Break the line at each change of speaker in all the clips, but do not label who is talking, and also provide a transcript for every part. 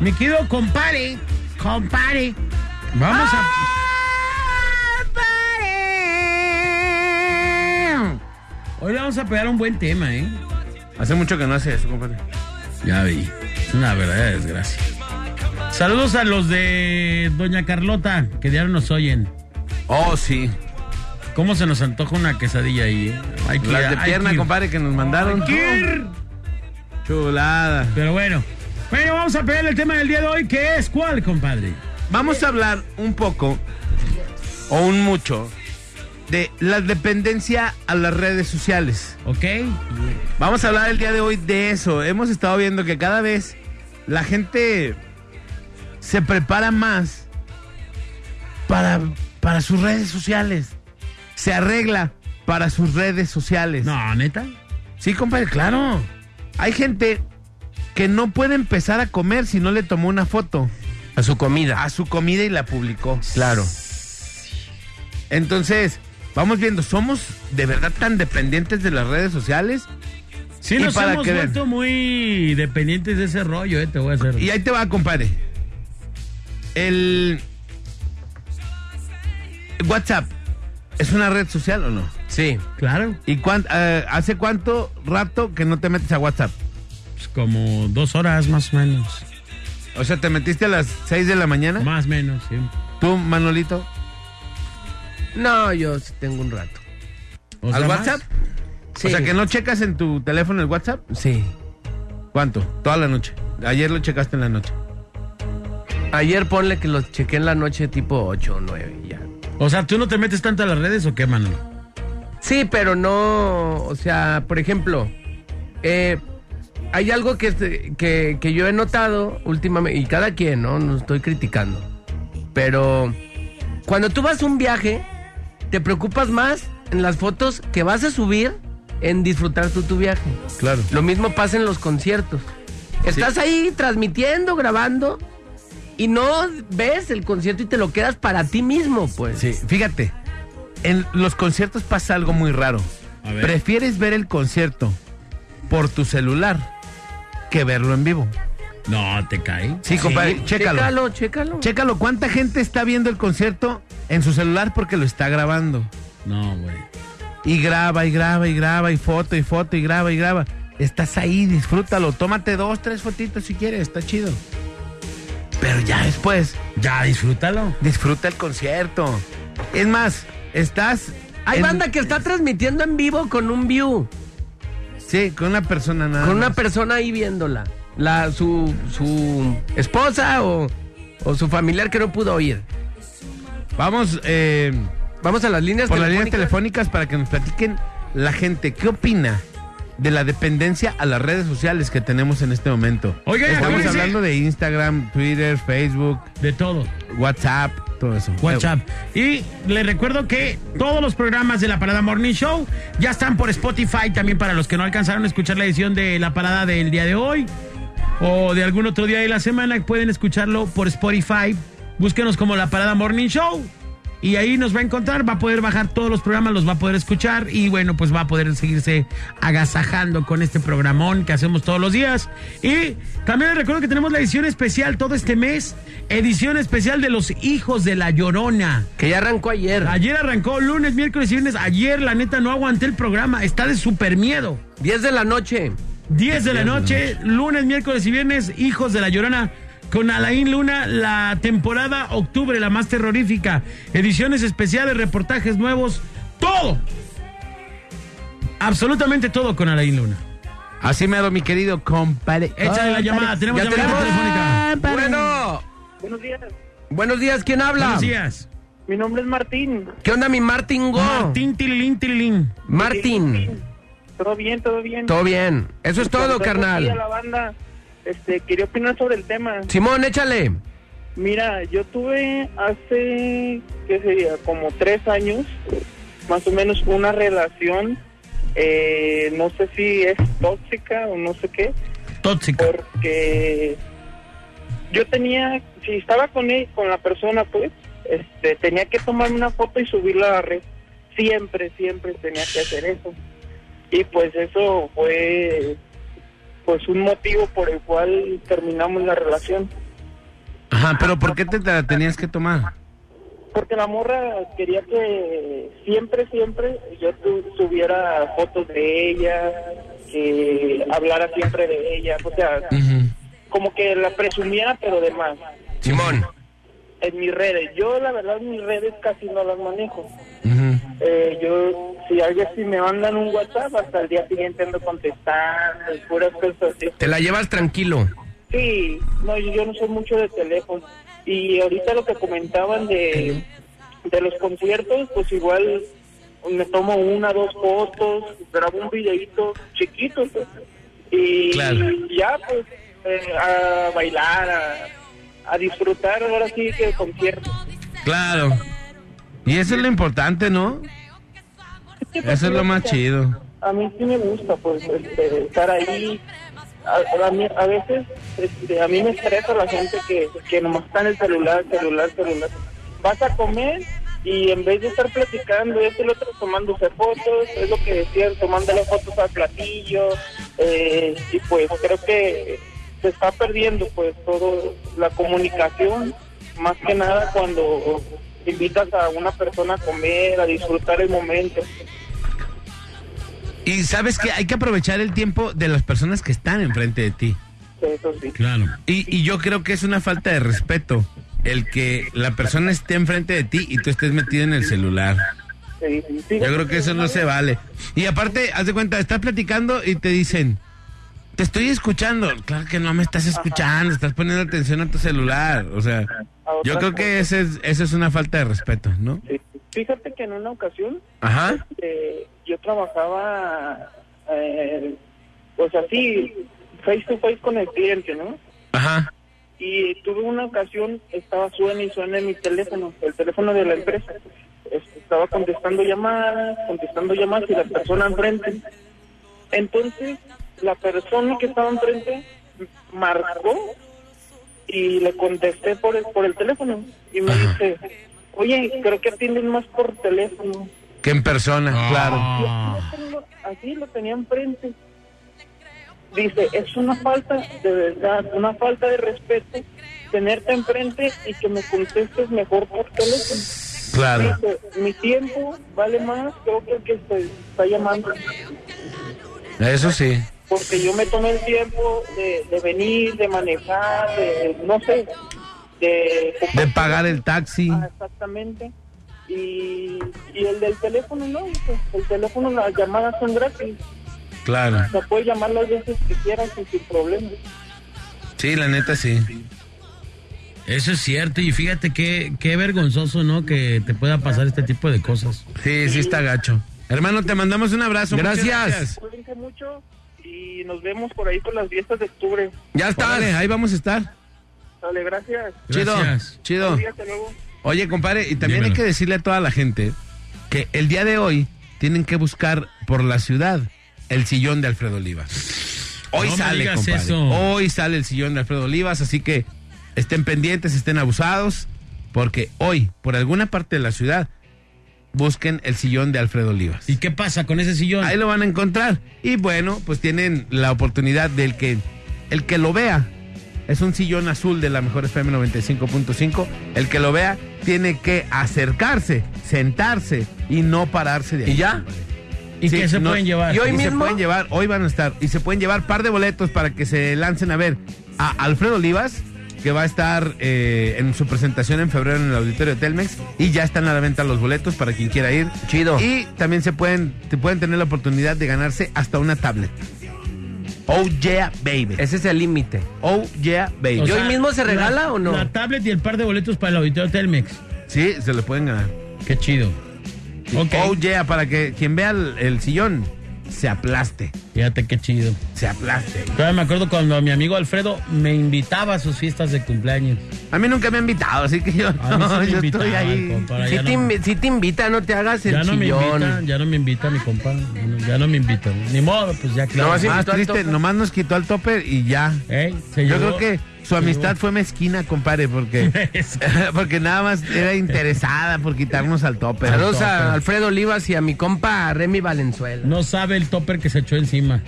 Mi querido compare, compare. Vamos
Ah.
a. Hoy le vamos a pegar un buen tema, ¿eh?
Hace mucho que no hace eso, compadre.
Ya vi. Es una verdadera desgracia. Saludos a los de Doña Carlota, que diario nos oyen.
Oh, sí.
¿Cómo se nos antoja una quesadilla ahí, eh? Hay que ir,
Las de
hay
pierna,
que ir.
compadre, que nos mandaron.
Hay que ir.
Chulada.
Pero bueno. Bueno, vamos a pegar el tema del día de hoy, que es cuál, compadre.
Vamos a hablar un poco, o un mucho, de la dependencia a las redes sociales.
¿Ok?
Vamos a hablar el día de hoy de eso. Hemos estado viendo que cada vez la gente se prepara más para, para sus redes sociales. Se arregla para sus redes sociales.
No, neta.
Sí, compadre, claro. Hay gente que no puede empezar a comer si no le tomó una foto
A su comida.
a su comida y la publicó.
Claro.
Entonces, vamos viendo, ¿somos de verdad tan dependientes de las redes sociales?
Sí,
¿Y
nos
para
hemos
qué ver?
vuelto muy dependientes de ese rollo, eh, te voy a hacer.
Y ahí te va, compadre. El WhatsApp es una red social o no?
Sí.
Claro,
¿Y cuán- eh, hace cuánto rato que no te metes a WhatsApp?
pues como dos horas más o menos.
O sea, te metiste a las 6 de la mañana.
Más o menos, sí.
Tú, Manolito,
No, yo sí tengo un rato.
O sea,
al
más.
WhatsApp.
Sí.
O sea, que no checas en tu teléfono el WhatsApp.
Sí.
¿Cuánto? Toda la noche. Ayer lo checaste en la noche.
Ayer ponle que los chequé en la noche tipo 8 o 9 ya.
O sea, ¿tú no te metes tanto a las redes o qué, Manolo?
Sí, pero no, o sea, por ejemplo, eh, hay algo que, te- que, que yo he notado últimamente, y cada quien, ¿no? No estoy criticando, pero cuando tú vas a un viaje, te preocupas más en las fotos que vas a subir en disfrutar tú tu viaje.
Claro.
Lo mismo pasa en los conciertos. Estás ahí transmitiendo, grabando, y no ves el concierto y te lo quedas para ti mismo, pues.
Sí, fíjate. En los conciertos pasa algo muy raro.
A ver.
Prefieres ver el concierto por tu celular que verlo en vivo.
No, te cae.
Sí, compadre, chécalo. chécalo.
Chécalo, chécalo.
cuánta gente está viendo el concierto en su celular porque lo está grabando.
No, güey.
Y graba, y graba, y graba, y foto, y foto, y graba, y graba. Estás ahí, disfrútalo. Tómate dos, tres fotitos si quieres, está chido. Pero ya después,
Ya, disfrútalo.
disfruta el concierto. Es más, estás...
Hay
en-
banda que está transmitiendo en vivo con un view,
Sí, con una persona nada
con una
más.
persona ahí viéndola. La, su, su esposa o, o su familiar que no pudo oír.
Vamos eh,
Vamos a las líneas
por las líneas
telefónicas.
telefónicas para que nos platiquen la gente qué opina de la dependencia a las redes sociales que tenemos en este momento.
Oigan,
Estamos
acuérdense-
hablando de Instagram, Twitter, Facebook,
De todo.
WhatsApp, todo eso.
WhatsApp. Y les recuerdo que todos los programas de La Parada Morning Show ya están por Spotify también para los que no alcanzaron a escuchar la edición de La Parada del día de hoy o de algún otro día de la semana, pueden escucharlo por Spotify. Búsquenos como La Parada Morning Show y ahí nos va a encontrar, va a poder bajar todos los programas, los va a poder escuchar y bueno, pues va a poder seguirse agasajando con este programón que hacemos todos los días. Y también les recuerdo que tenemos la edición especial todo este mes, edición especial de Los Hijos de la Llorona.
Que ya arrancó ayer.
Ayer arrancó lunes, miércoles y viernes. Ayer, la neta, no aguanté el programa. Está de super miedo.
10 de la noche.
10 de la noche, lunes, miércoles y viernes, Hijos de la Llorona. Con Alain Luna, la temporada octubre, la más terrorífica. Ediciones especiales, reportajes nuevos, todo. Absolutamente todo con Alain Luna.
Así me mi querido compadre.
Échale la llamada, tenemos
Ya
llamada
tenemos.
telefónica.
Bueno,
Buenos días.
buenos días, ¿quién habla?
Buenos días.
Mi nombre es Martín.
¿Qué onda mi Martín Go?
Martín, tirilín, tirilín.
Martín.
Todo bien, todo bien.
Todo bien. Eso es todo,
Saludos aquí a
carnal.
la banda. Este, quería opinar sobre el tema.
Simón, échale.
Mira, yo tuve hace, qué sería, como tres años, más o menos una relación, eh, no sé si es tóxica o no sé qué,
Tóxica.
porque yo tenía, si estaba con él, con la persona, pues, este, tenía que tomarme una foto y subirla a la red. Siempre, siempre tenía que hacer eso. Y pues eso fue, pues, un motivo por el cual terminamos la relación.
Ajá, pero ¿por qué te la tenías que tomar?
Porque la morra quería que siempre, siempre yo tu- subiera fotos de ella, que hablara siempre de ella, o sea, como que la presumía, pero de más.
Simón.
En mis redes, yo la verdad mis redes casi no las manejo. Eh, yo, si alguien si me mandan un WhatsApp, hasta el día siguiente ando contestando, y puras cosas así.
Te la llevas tranquilo.
Sí, no, yo, yo no soy mucho de teléfono. Y ahorita lo que comentaban de, de los conciertos, pues igual me tomo una, dos fotos, grabo un videíto chiquito. pues, y
Claro.
ya, pues, eh, a bailar, a, a disfrutar ahora sí que el concierto.
Claro. Y eso es lo importante, ¿no? Eso es lo más chido.
A mí sí me gusta, pues, este, estar ahí. A, a mí- a veces este, a mí me estresa la gente que, que nomás está en el celular, celular, celular. Vas a comer y en vez de estar platicando, es el otro tomándose fotos, es lo que decían, tomando las fotos al platillo. eh, y pues creo que se está perdiendo, pues, todo la comunicación, más que nada cuando invitas a una persona a comer, a disfrutar el momento.
Y sabes que hay que aprovechar el tiempo de las personas que están enfrente de ti.
Eso sí.
Claro.
Y, y yo creo que es una falta de respeto el que la persona esté enfrente de ti y tú estés metido en el celular.
Sí, sí, sí.
Yo creo que eso no se vale. Y aparte, haz de cuenta, estás platicando y te dicen, te estoy escuchando. Claro que no me estás escuchando, estás poniendo atención a tu celular. O sea, yo creo que ese es, eso es una falta de respeto, ¿no?
Sí. eh, Fíjate que en una ocasión
Ajá.
eh, yo trabajaba, eh, pues así, face to face con el cliente, ¿no?
Ajá.
Y tuve una ocasión, estaba suena y suena en mi teléfono, el teléfono de la empresa. Este, Estaba contestando llamadas, contestando llamadas y la persona enfrente. Entonces, la persona que estaba enfrente marcó y le contesté por el, por el teléfono. Y me
Ajá.
dice, oye, creo que atienden más por teléfono.
Que en persona, claro.
Y
Ah,
así lo tengo- así lo tenía enfrente. Dice, es una falta de verdad, una falta de respeto tenerte enfrente y que me contestes mejor por teléfono.
Claro.
Dice, mi tiempo vale más, creo que el que se está llamando.
Eso sí.
Porque yo me tomé el tiempo de, de venir, de manejar, de, no sé, de...
De pagar el taxi.
Ah, exactamente. Y, y el del teléfono, no, dice, el teléfono, las llamadas son gratis.
Claro.
Se puede llamar las veces que quieras y sin problema.
Sí, la neta sí.
Eso es cierto, y fíjate qué, qué vergonzoso, ¿no? Que te pueda pasar este tipo de cosas.
Sí, sí está gacho. Hermano, te mandamos un abrazo. Muchas
Gracias.
Cuídense mucho y nos vemos por ahí con las fiestas de octubre.
Ya está. Órale, ahí vamos a estar.
Dale, gracias.
Gracias.
Chido, chido.
Hasta luego.
Oye, compadre, y también
Dímelo.
hay que decirle a toda la gente que el día de hoy tienen que buscar por la ciudad el sillón de Alfredo Olivas. Hoy
No me
sale,
digas
compadre.
eso.
Hoy sale el sillón de Alfredo Olivas, así que estén pendientes, estén abusados, porque hoy, por alguna parte de la ciudad, busquen el sillón de Alfredo Olivas.
¿Y qué pasa con ese sillón?
Ahí lo van a encontrar. Y bueno, pues tienen la oportunidad del que el que lo vea. Es un sillón azul de la mejor FM 95.5. El que lo vea tiene que acercarse, sentarse y no pararse de ahí.
¿Y ya?
compadre.
¿Y
Sí,
qué se
no-
pueden llevar?
¿Y hoy
Y se
mismo?
pueden llevar, hoy van a estar. Y se pueden llevar par de boletos para que se lancen a ver a Alfredo Olivas, que va a estar eh, en su presentación en febrero en el auditorio de Telmex. Y ya están a la venta los boletos para quien quiera ir.
Chido.
Y también se pueden, te pueden tener la oportunidad de ganarse hasta una tablet. Oh yeah, baby.
Ese es el límite.
Oh yeah, baby.
O
¿Y hoy mismo se regala
la-
o no?
La tablet y el par de boletos para el auditorio Telmex.
Sí, se lo pueden ganar.
Qué chido. Ok.
Oh yeah, para que quien vea el, el sillón se aplaste.
Fíjate qué chido.
Se aplaste.
Todavía me acuerdo cuando mi amigo Alfredo me invitaba a sus fiestas de cumpleaños.
A mí nunca me han invitado, así que yo,
A mí sí
no,
me
yo estoy
invitaban,
ahí.
compa, ahora
Si,
ya
te
no-
invi- si te invita, no te hagas el
ya no me
chillón.
invita, ya no me invita mi compa. Ya no me invita. Ni modo, pues ya claro.
No, sí.
Más
invitó al
triste,
topper.
nomás nos quitó al topper y ya.
Ey, se
Yo creo
llevó-
que su
se
amistad
llevó.
fue mezquina, compadre, porque,
Es-
porque nada más era interesada por quitarnos al topper. al
Saludos a
topper.
Alfredo Olivas y a mi compa Remy Valenzuela.
No sabe el topper que se echó encima.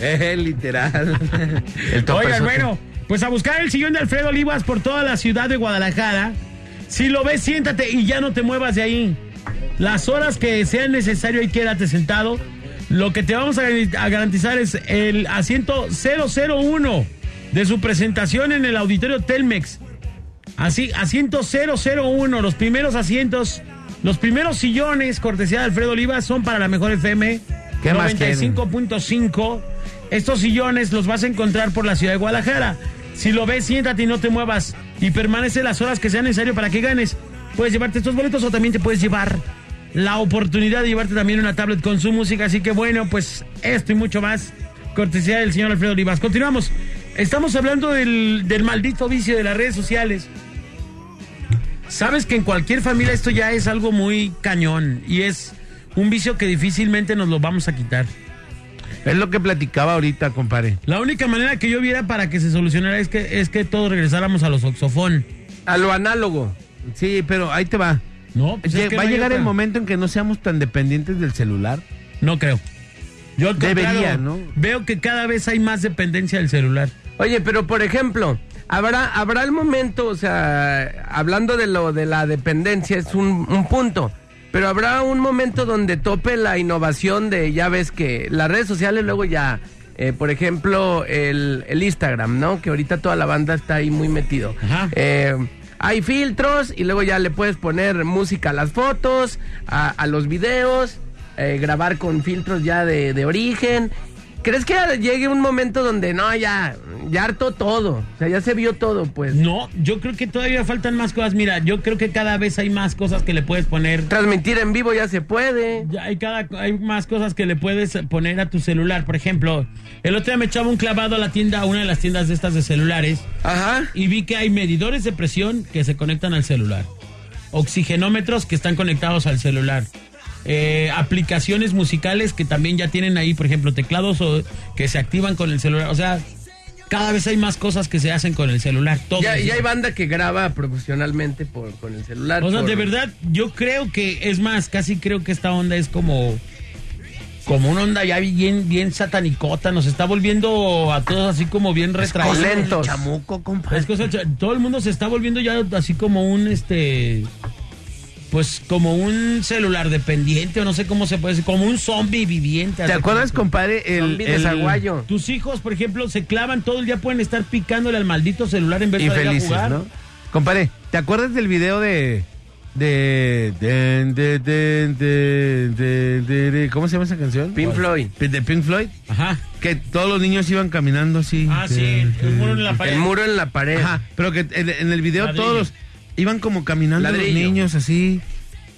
Eh, literal. El
Oigan, bueno, Pues a buscar el sillón de Alfredo Olivas por toda la ciudad de Guadalajara. Si lo ves, siéntate y ya no te muevas de ahí. Las horas que sean necesario y quédate sentado. Lo que te vamos a gar- a garantizar es el asiento 001 de su presentación en el auditorio Telmex. Así, asiento 001, los primeros asientos, los primeros sillones, cortesía de Alfredo Olivas, son para la mejor FM.
¿Qué más quieren?
95.5. Estos sillones los vas a encontrar por la ciudad de Guadalajara. Si lo ves, siéntate y no te muevas. Y permanece las horas que sea necesario para que ganes. Puedes llevarte estos boletos o también te puedes llevar la oportunidad de llevarte también una tablet con su música. Así que bueno, pues esto y mucho más. Cortesía del señor Alfredo Olivas. Continuamos. Estamos hablando del, del maldito vicio de las redes sociales. Sabes que en cualquier familia esto ya es algo muy cañón y es un vicio que difícilmente nos lo vamos a quitar.
Es lo que platicaba ahorita, compadre.
La única manera que yo viera para que se solucionara es que, es que todos regresáramos a los saxofón.
A lo análogo.
Sí, pero ahí te va.
No, pues es
Lle-
que
va a
no hay
llegar el
otra.
momento en que no seamos tan dependientes del celular.
No creo. Yo al
Debería,
contrario,
¿no?
Veo que cada vez hay más dependencia del celular.
Oye, pero por ejemplo, habrá, habrá el momento, o sea, hablando de lo de la dependencia, es un, un punto. Pero habrá un momento donde tope la innovación de, ya ves que las redes sociales luego ya, eh, por ejemplo, el, el Instagram, ¿no? Que ahorita toda la banda está ahí muy metido.
Ajá.
Eh, hay filtros y luego ya le puedes poner música a las fotos, a, a los videos, eh, grabar con filtros ya de, de origen. ¿Crees que llegue un momento donde no, ya, ya harto todo? O sea, ya se vio todo, pues.
No, yo creo que todavía faltan más cosas. Mira, yo creo que cada vez hay más cosas que le puedes poner.
Transmitir en vivo ya se puede.
Ya hay, cada, hay más cosas que le puedes poner a tu celular. Por ejemplo, el otro día me echaba un clavado a la tienda, a una de las tiendas de estas de celulares.
Ajá.
y vi que hay medidores de presión que se conectan al celular, oxigenómetros que están conectados al celular, eh, aplicaciones musicales que también ya tienen ahí, por ejemplo, teclados o- que se activan con el celular. O sea, cada vez hay más cosas que se hacen con el celular. Todo
Ya,
el
ya hay
celular.
banda que graba profesionalmente por, con el celular.
O sea,
por-
de verdad, yo creo que, es más, casi creo que esta onda es como. Como una onda ya bien, bien satanicota, nos está volviendo a todos así como bien retraídos.
Lentos.
Chamuco, compadre.
Es cosa cha- todo el mundo se está volviendo ya así como un este pues como un celular dependiente o no sé cómo se puede decir, como un zombie viviente.
¿Te
así
acuerdas,
como
compadre? El,
Zombie de
el-
Zaguayo.
que- tus hijos, por ejemplo, se clavan todo el día pueden estar picándole al maldito celular en vez de ir a
Infelices,
jugar.
¿no? Compadre, ¿te acuerdas del video de... De, de, de, de, de- de- de- de- ¿Cómo se llama esa canción?
Pink Floyd.
De Pink Floyd.
Ajá.
Que todos los niños iban caminando así.
Ah, sí, el muro en la pared.
El muro en la pared.
Ajá, pero que en, en el video
Ladrillo.
todos iban como caminando
Ladrillo.
los niños así,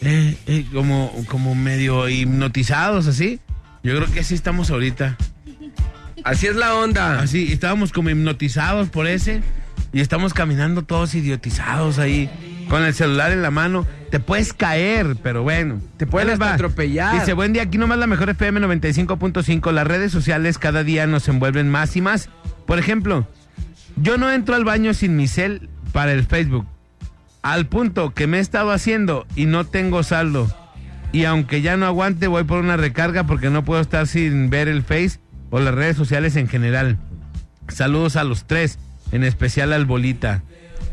eh, eh, como, como medio hipnotizados así. Yo creo que así estamos ahorita.
Así es la onda.
Así, estábamos como hipnotizados por ese y estamos caminando todos idiotizados ahí, con el celular en la mano. Te puedes caer, pero bueno. Te
pueden hasta atropellar.
Dice, buen día, aquí nomás la mejor FM 95.5. Las redes sociales cada día nos envuelven más y más. Por ejemplo, yo no entro al baño sin mi cel para el Facebook. Al punto que me he estado haciendo y no tengo saldo. Y aunque ya no aguante, voy por una recarga porque no puedo estar sin ver el Face o las redes sociales en general. Saludos a los tres, en especial al Bolita.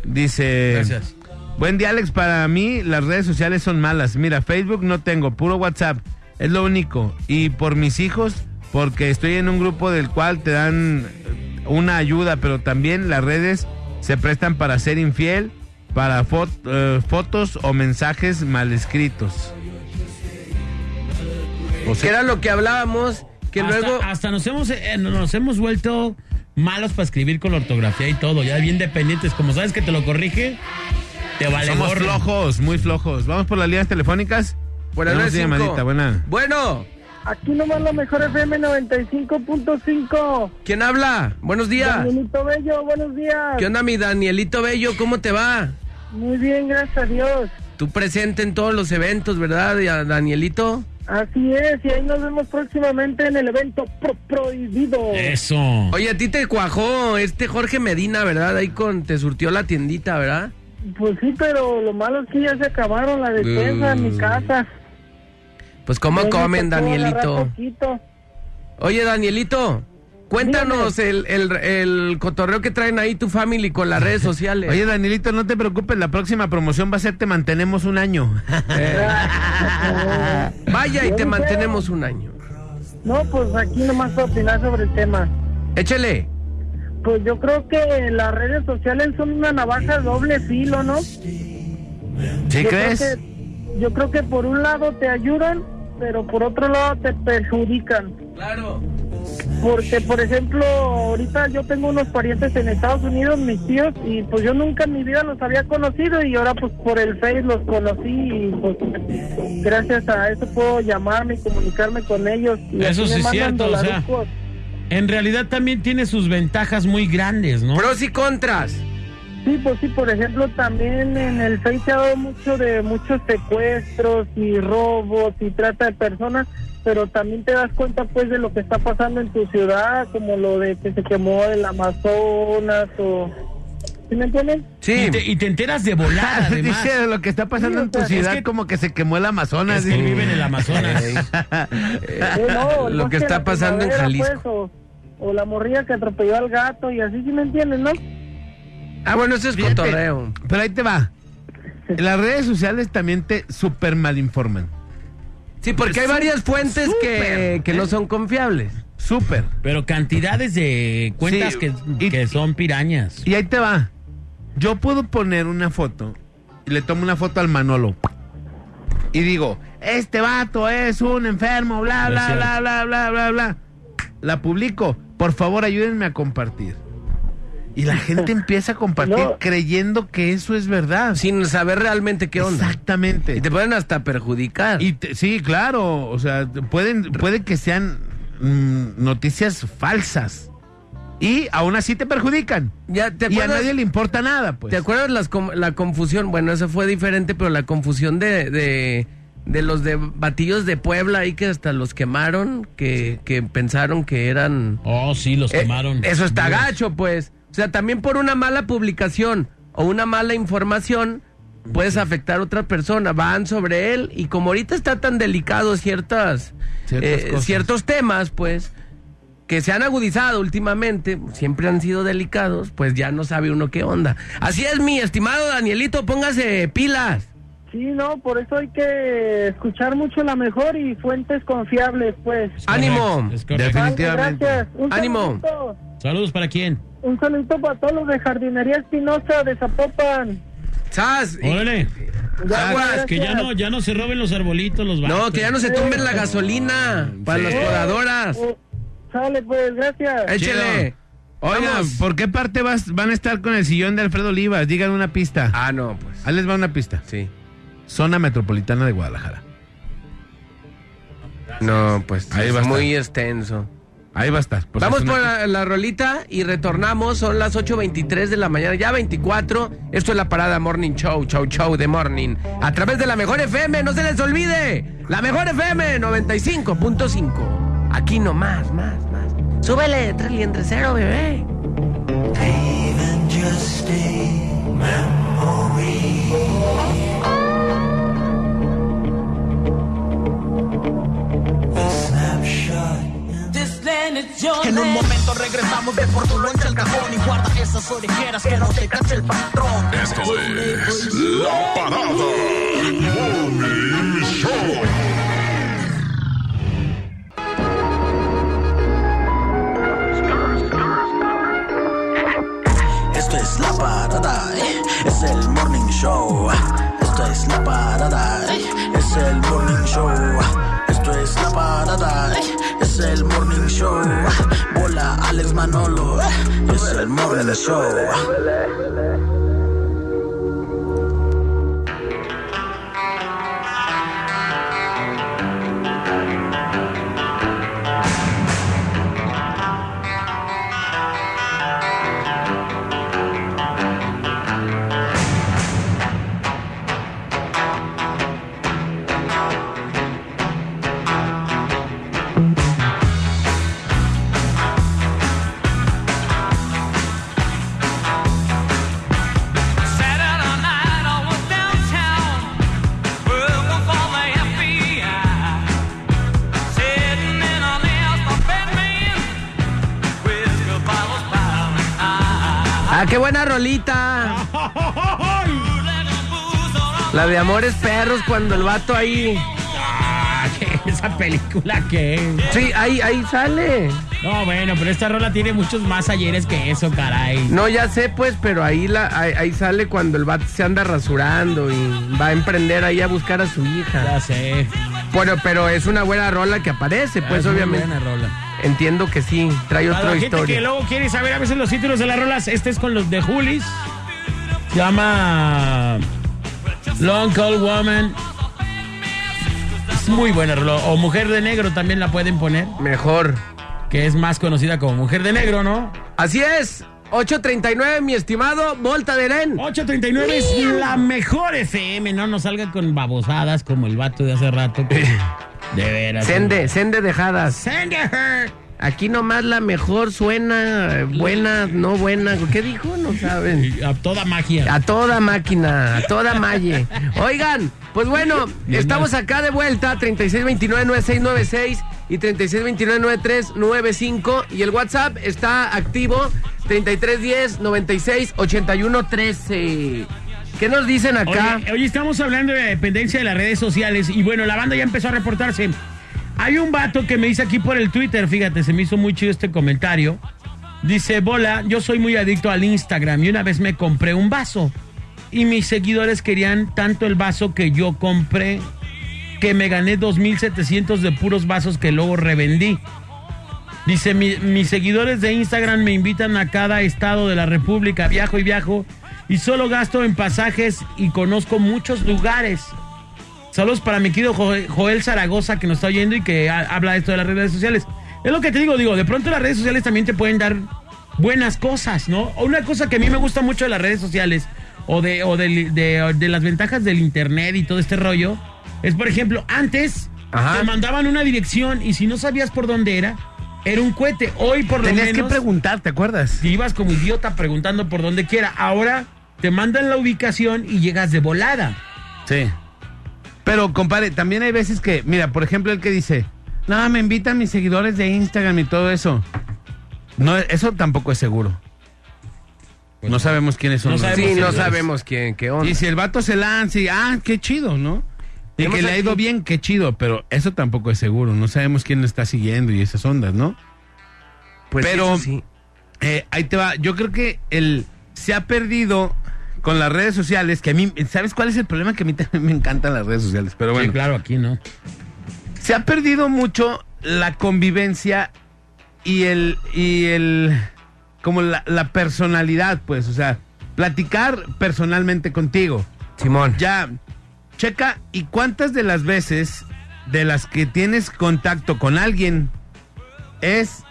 Dice...
Gracias.
Buen día, Alex. Para mí las redes sociales son malas. Mira, Facebook no tengo, puro WhatsApp. Es lo único. Y por mis hijos, porque estoy en un grupo del cual te dan eh, una ayuda, pero también las redes se prestan para ser infiel, para fo- eh, fotos o mensajes mal escritos. O
Que
sea,
era lo que hablábamos, que
hasta,
luego...
hasta nos hemos eh, nos hemos vuelto malos para escribir con la ortografía y todo, ya bien dependientes, como sabes que te lo corrige, te vale
somos
gorro.
flojos, muy flojos. Vamos por las líneas telefónicas.
Buenas noches,
Tenemos una
cinco.
llamadita, buena.
Bueno,
Aquí nomás la mejor FM 95.5.
¿quién habla? Buenos días.
Danielito Bello, buenos días.
¿Qué onda, mi Danielito Bello? ¿Cómo te va?
Muy bien, gracias a Dios.
Tú presente en todos los eventos, ¿verdad, ya, Danielito?
Así es, y ahí nos vemos próximamente en el evento pro- prohibido.
Eh.
Eso.
Oye, a ti te cuajó este Jorge Medina, ¿verdad? Ahí con te surtió la tiendita, ¿verdad?
Pues sí, pero lo malo es que ya se acabaron la despensa en mi casa.
Pues Mm. cómo
Ahí me
comen,
tocó agarrar
Danielito.
poquito.
Oye, Danielito, Cuéntanos el, el- el cotorreo que traen ahí tu family con las redes sociales.
Oye, Danielito, no te preocupes, la próxima promoción va a ser Te mantenemos un año.
Eh. Vaya y te
Yo no sé.
mantenemos un año.
No, pues aquí nomás para opinar sobre el tema.
Échale.
Pues yo creo que las redes sociales son una navaja doble filo, ¿no?
¿Sí
Yo creo
crees?
que- yo creo que por un lado te ayudan, pero por otro lado te perjudican.
Claro.
Porque, por ejemplo, ahorita yo tengo unos parientes en Estados Unidos, mis tíos, y pues yo nunca en mi vida los había conocido y ahora pues por el Face los conocí y pues gracias a eso puedo llamarme y comunicarme con ellos. Y
Eso sí
así me
es
mandan
cierto, o sea.
dolarucos.
En realidad también tiene sus ventajas muy grandes, ¿no?
Pros y contras.
Sí, pues sí, por ejemplo, también en el Face se ha dado mucho de muchos secuestros y robos y trata de personas, pero también te das cuenta pues de lo que está pasando en tu ciudad, como lo de que se quemó el Amazonas o... ¿Sí me entienden?
Y
Sí.
te, y te enteras de volada, además.
Dice lo que está pasando en tu ciudad,
es que-
como que se quemó el Amazonas.
Es que
y-
vive en el Amazonas.
Eh, no,
lo
no
que
es
está
la
pasando en
primavera,
Jalisco.
pues, o, o la morrilla que atropelló al gato y así, ¿sí me entienden, no?
Ah, bueno, eso es
Fíjate,
cotorreo.
Pero ahí te va. Las redes sociales también te super malinforman.
Sí, porque hay varias fuentes que,
súper, ¿eh?
que no son confiables.
Súper.
Pero cantidades de cuentas
Sí,
que,
y-
que son pirañas.
Y ahí te va. Yo puedo poner una foto y le tomo una foto al Manolo. Y digo, este vato es un enfermo, bla,
No es
bla,
cierto.
bla, bla, bla, bla, bla. La publico. Por favor, ayúdenme a compartir. Y la gente empieza a compartir
No.
creyendo que eso es verdad.
Sin saber realmente qué onda.
Exactamente.
Y te pueden hasta perjudicar.
Y te- sí, claro, o sea, te- pueden, puede que sean mm, noticias falsas y aún así te perjudican.
ya te
y a
acuerdas-
nadie le importa nada, pues.
¿Te acuerdas las com- la confusión? Bueno, eso fue diferente, pero la confusión de, de, de los de batillos de Puebla ahí que hasta los quemaron, que, que pensaron que eran...
Oh, sí, los
Eh,
quemaron.
eso está
Dios.
gacho, pues. O sea, también por una mala publicación o una mala información puedes afectar a otra persona. Van sobre él y como ahorita está tan delicado ciertas,
Ciertas
eh,
cosas.
ciertos temas, pues que se han agudizado últimamente, siempre han sido delicados, pues ya no sabe uno qué onda. Así es, mi estimado Danielito, póngase pilas.
Sí, no, por eso hay que escuchar mucho la mejor y fuentes confiables, pues.
Es correcto,
ánimo.
es correcto.
Defin- Definitivamente.
Gracias. Un
Ánimo.
saludito.
Saludos para quién.
Un saludito para todos los de Jardinería Espinosa de Zapopan.
¿Sabes?
Órale.
Ya,
Aguas,
Que ya no, ya no se roben los arbolitos, los
No,
vatos.
que ya no se tumben la gasolina para las podadoras.
Eh, Sale, pues, gracias.
Échele.
Chido. Oiga,
Vamos.
¿por qué parte vas, van a estar con el sillón de Alfredo Olivas? Digan una pista.
Ah, no, pues.
Ahí les va una pista.
Sí.
Zona metropolitana de Guadalajara.
No, pues
Ahí
es
va a estar.
muy extenso.
Ahí va a estar. pues
Vamos
es una
por
pista.
la, la rolita y retornamos. Son las 8.23 de la mañana, ya 24. Esto es la parada Morning Show, Show Show de Morning. A través de la Mejor FM, no se les olvide. La Mejor FM 95.5. Aquí nomás, más, más. Súbele, tres liendre cero, bebé.
Even just a memory. A snapshot.
En un momento regresamos de por tu loncha al cajón y guarda esas orejeras que no te cache el patrón.
Esto es La Parada Morning Show.
Esto es la parada, eh, es el morning show. Esto es la parada, eh, es el morning show. Esto es la parada, eh, es el morning show. Bola Alex Manolo, eh, es el morning show.
Ah, buena rolita. La de Amores Perros cuando el vato ahí.
Ah, ¿Esa película qué?
Sí, ahí, ahí sale.
No, bueno, pero esta rola tiene muchos más ayeres que eso, caray.
No, ya sé pues, pero ahí la, ahí, ahí sale cuando el vato se anda rasurando y va a emprender ahí a buscar a su hija.
Ya sé.
Bueno, pero es una buena rola que aparece,
Ah,
pues
Es muy
obviamente.
buena rola.
Entiendo que sí, trae
Para la
otra
gente que
historia.
luego quiere saber a veces los títulos de las rolas, este es con los de Julis. Se llama Long Cold Woman. Es muy buena rola. O Mujer de Negro también la pueden poner,
Mejor.
que es más conocida como Mujer de Negro, ¿no?
Así es. 8.39, mi estimado Voltaderen.
839 es la mejor FM, no nos salga con babosadas como el vato de hace rato. que- De veras.
Sende, sende dejadas.
Sende her.
Aquí nomás la mejor suena, eh, buena, no buena. ¿Qué dijo? No saben.
Y A toda magia.
A toda máquina, a toda malle. Oigan, pues bueno, estamos acá de vuelta, 3629-9696 y 3629-9395. Y el WhatsApp está activo, 3310-968113. ¿Qué nos dicen acá?
Oye, hoy estamos hablando de la dependencia de las redes sociales y bueno, la banda ya empezó a reportarse. Hay un vato que me dice aquí por el Twitter, fíjate, se me hizo muy chido este comentario. Dice, Bola, yo soy muy adicto al Instagram y una vez me compré un vaso y mis seguidores querían tanto el vaso que yo compré que me gané 2.700 de puros vasos que luego revendí. Dice, "Mi- mis seguidores de Instagram me invitan a cada estado de la República, viajo y viajo, y solo gasto en pasajes y conozco muchos lugares. Saludos para mi querido Jo- Joel Zaragoza que nos está oyendo y que ha- habla de esto de las redes sociales. Es lo que te digo, digo, de pronto las redes sociales también te pueden dar buenas cosas, ¿no? Una cosa que a mí me gusta mucho de las redes sociales o de, o del- de- de las ventajas del internet y todo este rollo es, por ejemplo, antes
Ajá.
te mandaban una dirección y si no sabías por dónde era, era un cohete. Hoy por lo
Tenías que
menos
preguntar, ¿te acuerdas?
te ibas como idiota preguntando por donde quiera. Ahora te mandan la ubicación y llegas de volada.
Sí. Pero, compadre, también hay veces que, mira, por ejemplo, el que dice, no, me invitan mis seguidores de Instagram y todo eso. No, eso tampoco es seguro. no sabemos quiénes son.
no
los-
sabemos
Sí, no
seguidores.
sabemos quién, qué onda.
Y si el vato se lanza y, ah, qué chido, ¿no? Y
Tenemos
que le ha ido
aquí-
bien, qué chido, pero eso tampoco es seguro. No sabemos quién lo está siguiendo y esas ondas, ¿no?
Pues
pero-
sí, sí.
Eh, ahí te va. Yo creo que el se ha perdido con las redes sociales, que a mí, ¿sabes cuál es el problema? Que a mí también me encantan las redes sociales, pero bueno.
Sí, claro, aquí no.
Se ha perdido mucho la convivencia y el. y el. como la, la personalidad, pues. O sea, platicar personalmente contigo.
Simón.
Ya, checa, ¿y cuántas de las veces de las que tienes contacto con alguien es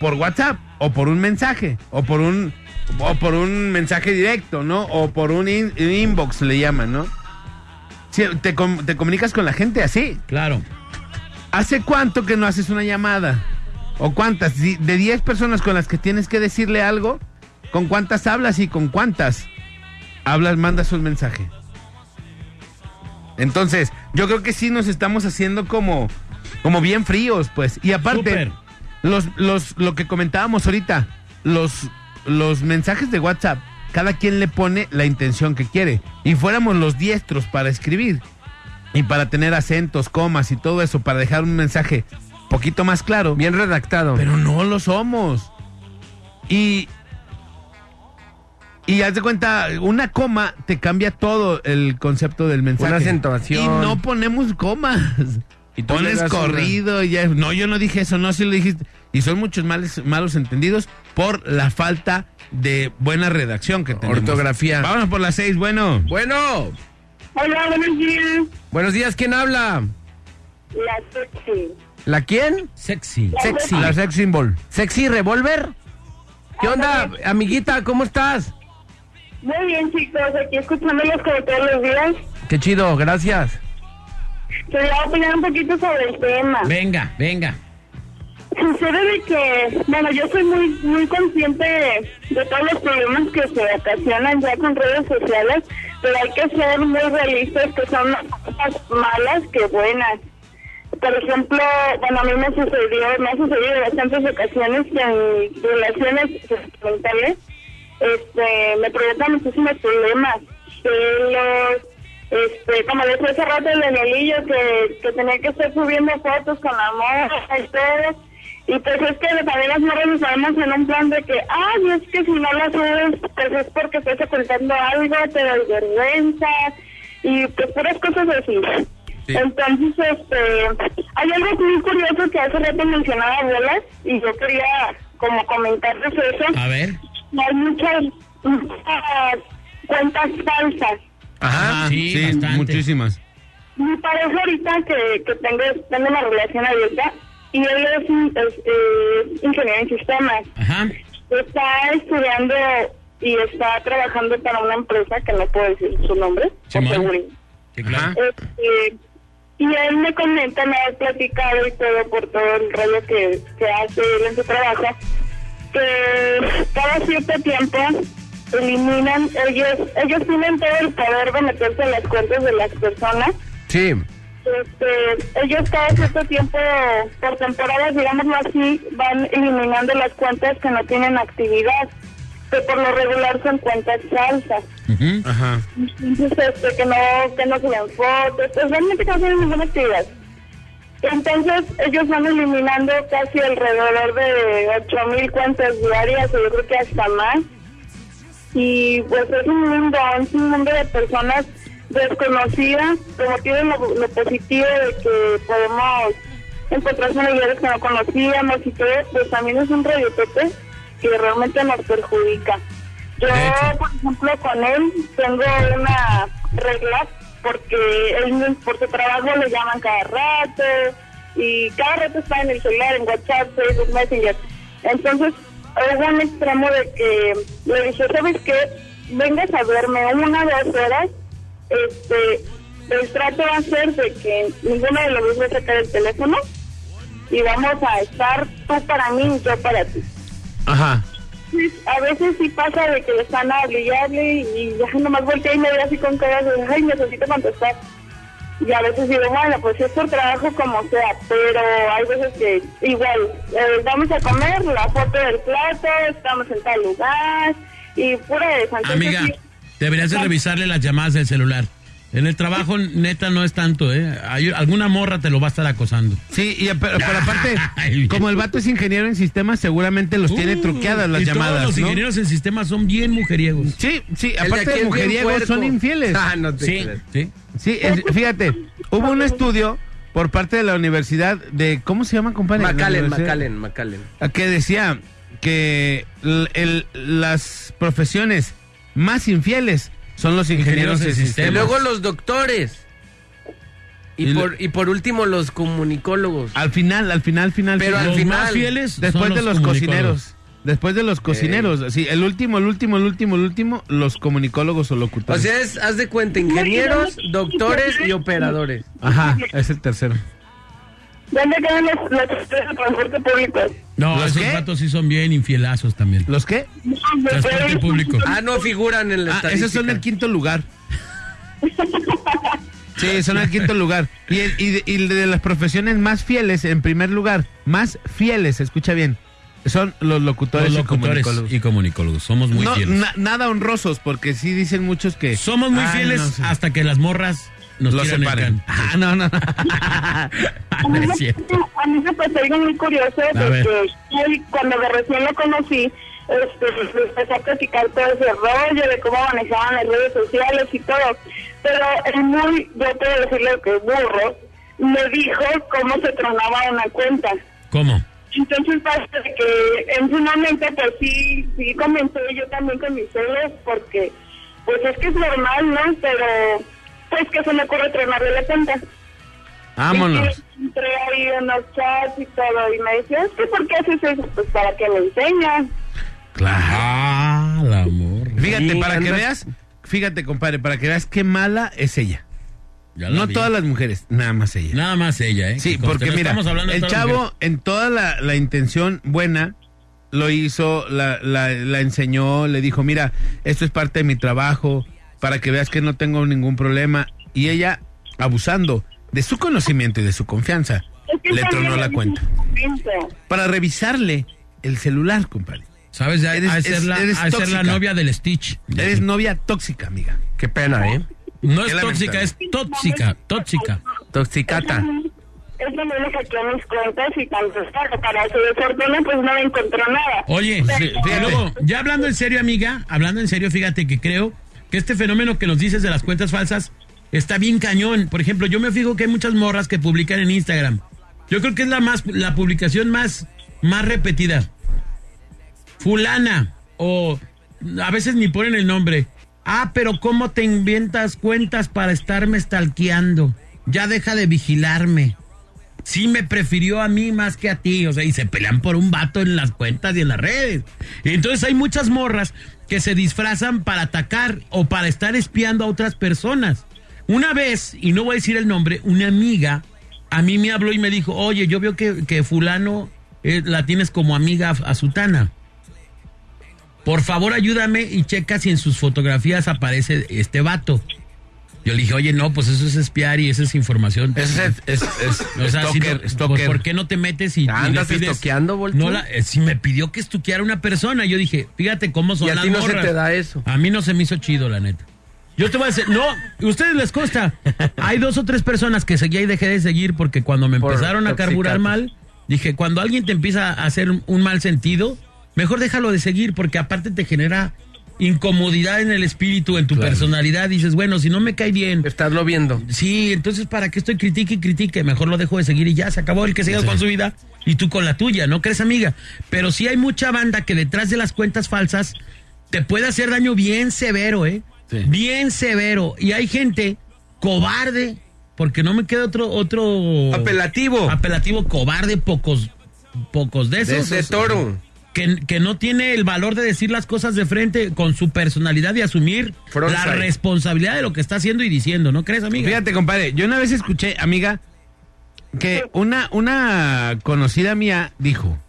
por WhatsApp o por un mensaje o por un o por un mensaje directo, ¿no? O por un in- inbox le llaman, ¿no? Si te, com- te comunicas con la gente así.
Claro.
¿Hace cuánto que no haces una llamada? ¿O cuántas? Si De 10 personas con las que tienes que decirle algo, ¿con cuántas hablas y con cuántas hablas, mandas un mensaje? Entonces, yo creo que sí nos estamos haciendo como, como bien fríos, pues. Y aparte,
Súper.
los, los, lo que comentábamos ahorita, los, los mensajes de WhatsApp, cada quien le pone la intención que quiere. Y fuéramos los diestros para escribir y para tener acentos, comas y todo eso, para dejar un mensaje poquito más claro.
Bien redactado.
Pero no lo somos. Y. Y haz de cuenta, una coma te cambia todo el concepto del mensaje.
Una acentuación.
Y no ponemos comas. Y
tú le
pones
das una-
corrido. y ya- No, yo no dije eso, no, sí lo dijiste. Y son muchos males, malos entendidos por la falta de buena redacción que tenemos.
Ortografía.
Vámonos por las seis, bueno.
Bueno,
Hola, buenos días.
buenos días, ¿quién habla?
La sexy.
¿La quién?
Sexy.
Sexy.
La sex symbol.
Sexy Revolver. ¿Qué onda, amiguita? ¿Cómo estás?
Muy bien, chicos. Aquí escuchándolos como todos los días.
Qué chido, gracias.
Quería opinar un poquito sobre el tema.
Venga, venga.
Sucede de que, bueno, yo soy muy muy consciente de, de todos los problemas que se ocasionan ya con redes sociales, pero hay que ser muy realistas que son más cosas malas que buenas. Por ejemplo, bueno, a mí me sucedió, me ha sucedido en bastantes ocasiones que en relaciones sentimentales este, me provoca muchísimos problemas. Celos, este, como decía hace rato el anillo que, que tenía que estar subiendo fotos con amor y todo. Y pues es que también las morras nos vamos en un plan de que, ay, es que si no las subes, pues es porque estás ocultando algo, te desvergüenzas, y pues puras cosas así.
Sí.
Entonces, este, hay algo muy curioso que hace rato mencionaba Bolas, y yo quería como comentarles eso.
A ver.
Hay muchas, muchas cuentas falsas.
Ajá, sí, bastante.
muchísimas.
Mi pareja ahorita que, que tengo, tengo una relación abierta, y él es, un- es, eh, ingeniero en sistemas.
Ajá.
Está estudiando y está trabajando para una empresa que no puedo decir su nombre, por
Simón.
seguridad.
Sí, claro.
Este, y él me comenta, me ha platicado y todo por todo el rollo que, que hace él en su trabajo, que cada cierto tiempo eliminan, ellos, ellos tienen todo el poder de meterse en las cuentas de las personas
Sí.
este, ellos cada cierto tiempo, por temporadas, digámoslo así, van eliminando las cuentas que no tienen actividad, que por lo regular son cuentas falsas.
Ajá.
Entonces, este, que no, que no suben fotos, pues realmente no tienen ninguna actividad. Entonces, ellos van eliminando casi alrededor de 8000 cuentas diarias, o yo creo que hasta más. Y pues es un mundo, es un mundo de personas desconocidas, como tienen lo, lo positivo de que podemos encontrar en lugares que no conocíamos y todo, pues también es un radiotope que realmente nos perjudica. Yo, por ejemplo, con él tengo una regla porque él por su trabajo le llaman cada rato y cada rato está en el celular, en WhatsApp, Facebook, Messenger. Entonces, hubo un extremo de que le dije, ¿sabes qué? Vengas a verme una o dos horas. Este, el trato va a ser de que ninguno de los dos va a sacar el teléfono y vamos a estar tú para mí y yo para ti.
Ajá.
Sí, a veces sí pasa de que le están hable y hable y ya nomás voltea y me ve así con cara de, ay, necesito contestar. Y a veces digo, bueno, pues es por trabajo como sea, pero hay veces que igual, eh, vamos a comer la foto del plato, estamos en tal lugar y pura de
Amiga, deberías de revisarle las llamadas del celular. En el trabajo, neta, no es tanto, ¿eh? Hay- alguna morra te lo va a estar acosando.
Sí, y, eh, pero, pero aparte,
Ay, bien.
como el vato es ingeniero en sistemas, seguramente los tiene
Uh,
truqueadas las
y
llamadas.
Todos los
¿no?
ingenieros en sistemas son bien mujeriegos.
Sí, sí,
El
aparte
aquí
de
es bien
mujeriegos
puerco.
son infieles.
Ah, no te
Sí,
creas.
sí.
Sí, es- fíjate, hubo un estudio por parte de la universidad de, ¿cómo se llama, compadre? La
Macallen,
universidad-
Macallen, Macallen.
Que decía que l- el- las profesiones más infieles son los ingenieros,
Ingenieros en
en
sistemas.
Y
sistemas.
luego los doctores. Y,
Y Ah, lo-
por, y por último, los comunicólogos.
Al final, al final, al final.
Pero al
los
final,
más fieles son
Después de los
comunicólogos.
cocineros. Después de los cocineros. Sí, el último, el último, el último, el último, los comunicólogos o
O
locutores.
sea, es, haz de cuenta, ingenieros, doctores y operadores.
Ajá, es el tercero.
¿Dónde quedan los, los tres de transporte público?
No,
¿Los
esos
qué?
gatos sí son bien infielazos también.
¿Los qué?
Transporte público.
Ah, no figuran en la
Ah, esos son
estadística.
el quinto lugar. Sí, son el quinto lugar. Y, el- y de- y de las profesiones más fieles, en primer lugar, más fieles, escucha bien, son los locutores,
Los locutores
y comunicólogos.
y comunicólogos. Somos muy
No,
fieles.
na- nada honrosos, porque sí dicen muchos que...
Somos muy
Ay,
fieles
no sé.
hasta que las morras nos
Los
tiran el
separen.
can.
Ah, no, no, no.
Ah, no es cierto.
A mí me pasó algo muy curioso
A ver.
de que él, cuando de recién lo conocí, este, le empecé a platicar todo ese rollo de cómo manejaban las redes sociales y todo. Pero es muy, yo puedo decirle que burro, me dijo cómo se tronaba una cuenta.
¿Cómo?
Entonces pasa que en su momento pues sí, sí comenté yo también con mis celos porque pues es que es normal, ¿no? Pero pues que se me ocurre tronarle la cuenta.
Vámonos.
Y Entré ahí en los chats y todo, y me decía, es que ¿por qué haces eso? Pues para que me enseñas.
Ah, la morra.
Fíjate,
Sí,
para que
andas-
veas, fíjate, compadre, para que veas qué mala es ella.
Ya la
No
vi.
todas las mujeres, nada más ella.
Nada más ella, ¿eh?
Sí,
Que conste,
porque
no
mira,
estamos hablando de
el
todas las
chavo
mujeres.
en toda la, la intención buena lo hizo, la, la- la enseñó, le dijo, mira, esto es parte de mi trabajo, para que veas que no tengo ningún problema. Y ella, abusando de su conocimiento y de su confianza,
Es que
le
también
tronó la
me
cuenta.
dice, "Pinto".
Para revisarle el celular, compadre.
¿Sabes? Ya
Eres-
ha de ser
es-
la,
eres
ha de ser la
tóxica.
novia del Stitch.
Eres novia tóxica, amiga.
Qué pena, ¿eh?
No
Qué
es tóxica,
lamentable.
es tóxica, tóxica.
Toxicata.
Es lo mismo que aquí en mis cuentas y tanto está. Para su desorden, pues no me encontró nada.
Oye,
Pero-
y luego, ya hablando en serio, amiga, hablando en serio, fíjate que creo que este fenómeno que nos dices de las cuentas falsas está bien cañón. Por ejemplo, yo me fijo que hay muchas morras que publican en Instagram. Yo creo que es la más la publicación más más repetida. Fulana o a veces ni ponen el nombre. Ah, pero cómo te inventas cuentas para estarme stalkeando. Ya deja de vigilarme sí me prefirió a mí más que a ti. O sea, y se pelean por un vato en las cuentas y en las redes. Entonces hay muchas morras que se disfrazan para atacar o para estar espiando a otras personas. Una vez, y no voy a decir el nombre, una amiga a mí me habló y me dijo, oye, yo veo que, que fulano eh, la tienes como amiga a- a Sutana. Por favor, ayúdame y checa si en sus fotografías aparece este vato. Yo le dije, oye, no, pues eso es espiar y esa es información.
Eso es, es, es
O sea, si
stalker,
no- pues,
stalker.
¿por qué no te metes y, y
Andas
le pides-
estoqueando, Voltio.
No la- eh, si me pidió que estuqueara una persona, yo dije, fíjate cómo son
Y a
las
ti no se
morras.
te da eso.
A mí no se me hizo chido, la neta. Yo te voy a decir, no, a ustedes les consta. Hay dos o tres personas que seguía y dejé de seguir porque cuando me
Por
empezaron a carburar
toxicarte.
mal, dije, cuando alguien te empieza a hacer un- un mal sentido, mejor déjalo de seguir porque aparte te genera incomodidad en el espíritu, en tu personalidad. Dices, bueno, si no me cae bien,
Estarlo viendo.
Ah.
Sí, entonces para qué estoy critique y critique, mejor lo dejo de seguir y ya se acabó el que siga con su vida y tú con la tuya, ¿no crees, amiga? Pero sí hay mucha banda que detrás de las cuentas falsas te puede hacer daño bien severo, ¿eh?
Sí.
Bien severo. Y hay gente cobarde, porque no me queda otro otro
Apelativo.
apelativo cobarde, pocos pocos de esos.
Desde toro.
Que, que no tiene el valor de decir las cosas de frente con su personalidad y asumir
Frontside.
la responsabilidad de lo que está haciendo y diciendo, ¿no crees, amiga?
Fíjate, compadre, yo una vez escuché, amiga, que una, una conocida mía dijo,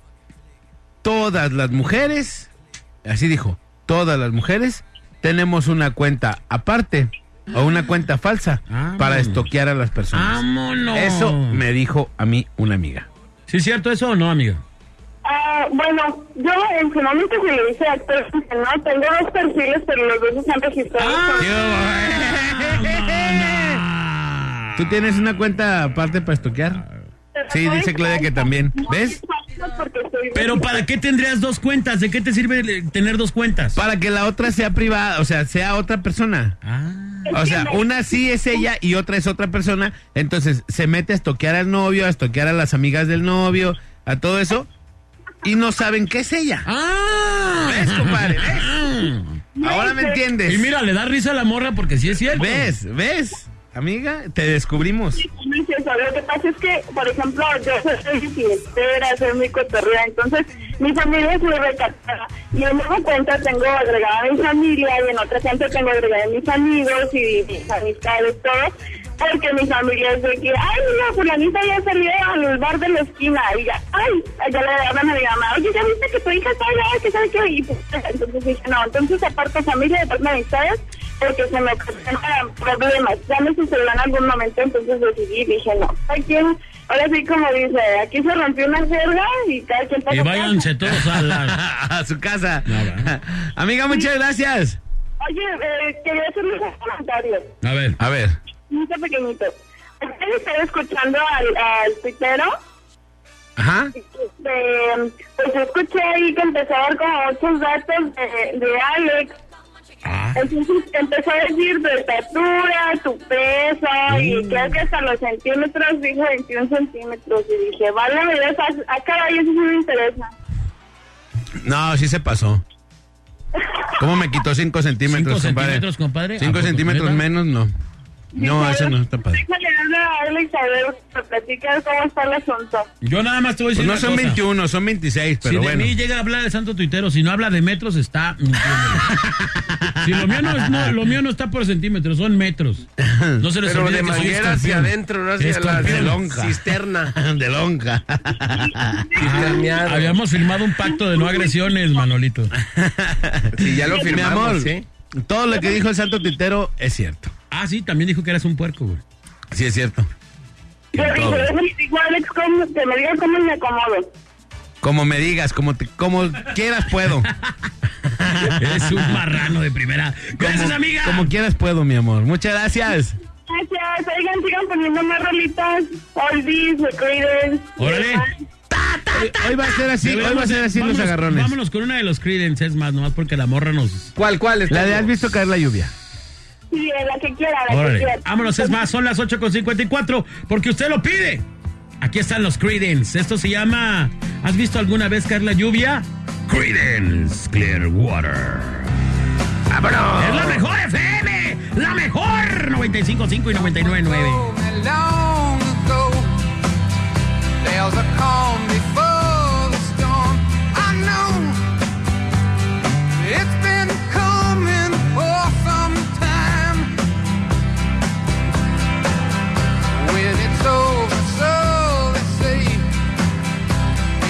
todas las mujeres, así dijo, todas las mujeres tenemos una cuenta aparte o una cuenta falsa
Ah.
para estoquear a las personas.
¡Vámonos!
Eso me dijo a mí una amiga.
¿Sí es cierto eso o no, amiga?
Ah, bueno, yo en su momento se lo dije a actor, que no, tengo dos perfiles, pero los dos están registrados.
¿Tú tienes una cuenta aparte para estoquear?
Pero
Sí,
no
dice
es
Claudia que
falso,
también.
no
¿Ves?
es falso porque estoy-
Pero ¿para qué tendrías dos cuentas? ¿De qué te sirve eh, tener dos cuentas?
Para que la otra sea privada, o sea, sea otra persona.
Ah.
O sea, una sí es ella y otra es otra persona. Entonces se mete a estoquear al novio, a estoquear a las amigas del novio, a todo eso. Y no saben qué es ella. Ah. ¿Ves, compadre? ¿Ves? Ahora me entiendes.
Y mira, le da risa a la morra porque sí es cierto.
¿Ves? ¿Ves? Amiga, te descubrimos.
No es eso. Lo que pasa es que, por ejemplo, yo soy fiestera, soy muy cotorrea, entonces mi familia es muy recatada. Y en una cuenta tengo agregada a mi familia y en otra cuenta tengo agregada a mis amigos y mis amistades, todo. Porque mi familia es de que, ay, mira, fulanita ya salió al bar de la esquina. Y ya, ay, ya le hablan a mi mamá, oye, ya viste que tu hija está allá, que sabe qué. Y pues, entonces dije, no, entonces aparte familia, aparte amistades, porque se me ocasionan problemas. Ya me sucedió en algún momento, entonces decidí, dije, no, hay quien, ahora sí como dice, aquí se rompió una jerga y cada quien
Y
pasa.
váyanse todos a la...
a su casa.
No, va.
Amiga, muchas gracias.
Oye, eh, quería hacerles un comentario.
A ver.
A ver.
Mucho pequeñito. Ustedes están escuchando al, al tuitero.
Ajá.
Este, pues yo escuché ahí que empezó a dar como muchos datos de, de Alex.
Ah.
Entonces empezó a decir tu estatura, tu peso,
Mm.
y creo que hasta los centímetros dijo 21 centímetros. Y dije, vale, mira, a, a ah, caray, eso sí me interesa.
No, sí se pasó. ¿Cómo me quitó 5 centímetros,
¿Cinco
compadre?
centímetros, compadre? ¿A
5
poco,
centímetros
neta?
menos, no. No,
Dije,
eso no está padre.
Déjale hablar a Alex a ver, que platica cómo está el asunto.
Yo nada más te voy a
Pues
decir
no
una
son
cosa.
21, son 26, pero
si de
bueno.
mí llega a hablar el santo tuitero, si no habla de metros, está mintiéndome. si lo mío no, es- no, lo mío no está por centímetros, son metros. No se les
Pero
olvide
de
que soy
manguera hacia
escorpión.
adentro, no hacia la
Escorpión.
lonja.
cisterna.
De lonja.
Cisterneado.
Habíamos firmado un pacto de no agresiones, Manolito.
Sí, ya lo
Mi
firmamos,
amor,
¿sí?
todo lo que dijo el santo titero es cierto.
Ah, sí, también dijo que eras un puerco, güey.
Sí, es cierto.
Yo dije, déjale, digo a Alex cómo, que me diga cómo me acomodo.
Como me digas, como, te, como quieras puedo.
Es un marrano de primera. Gracias,
Como-
amiga.
Como quieras puedo, mi amor. Muchas gracias.
Gracias, oigan, sigan poniendo más rolitas. Oldies, The Creedence.
Órale.
Hoy- Eh, Hoy va a ser así, hoy va a
Vámonos,
ser así los
vámonos-
agarrones.
Vámonos con una de los Creedence, es más, nomás porque la morra nos.
¿Cuál, cuál?
La de has visto caer la lluvia.
Sí, la que quiera, la que
Órale.
quiera.
Vámonos, es más, son las 8.54, porque usted lo pide. Aquí están los Creedence. Esto se llama. ¿Has visto alguna vez caer la lluvia? Creedence Clearwater. ¡Vámonos! ¡Es la mejor FM! ¡La mejor! 95.5 y 99.9.
Long ago, there was a calm before the storm. I know it's been coming for some time. When it's over, so they say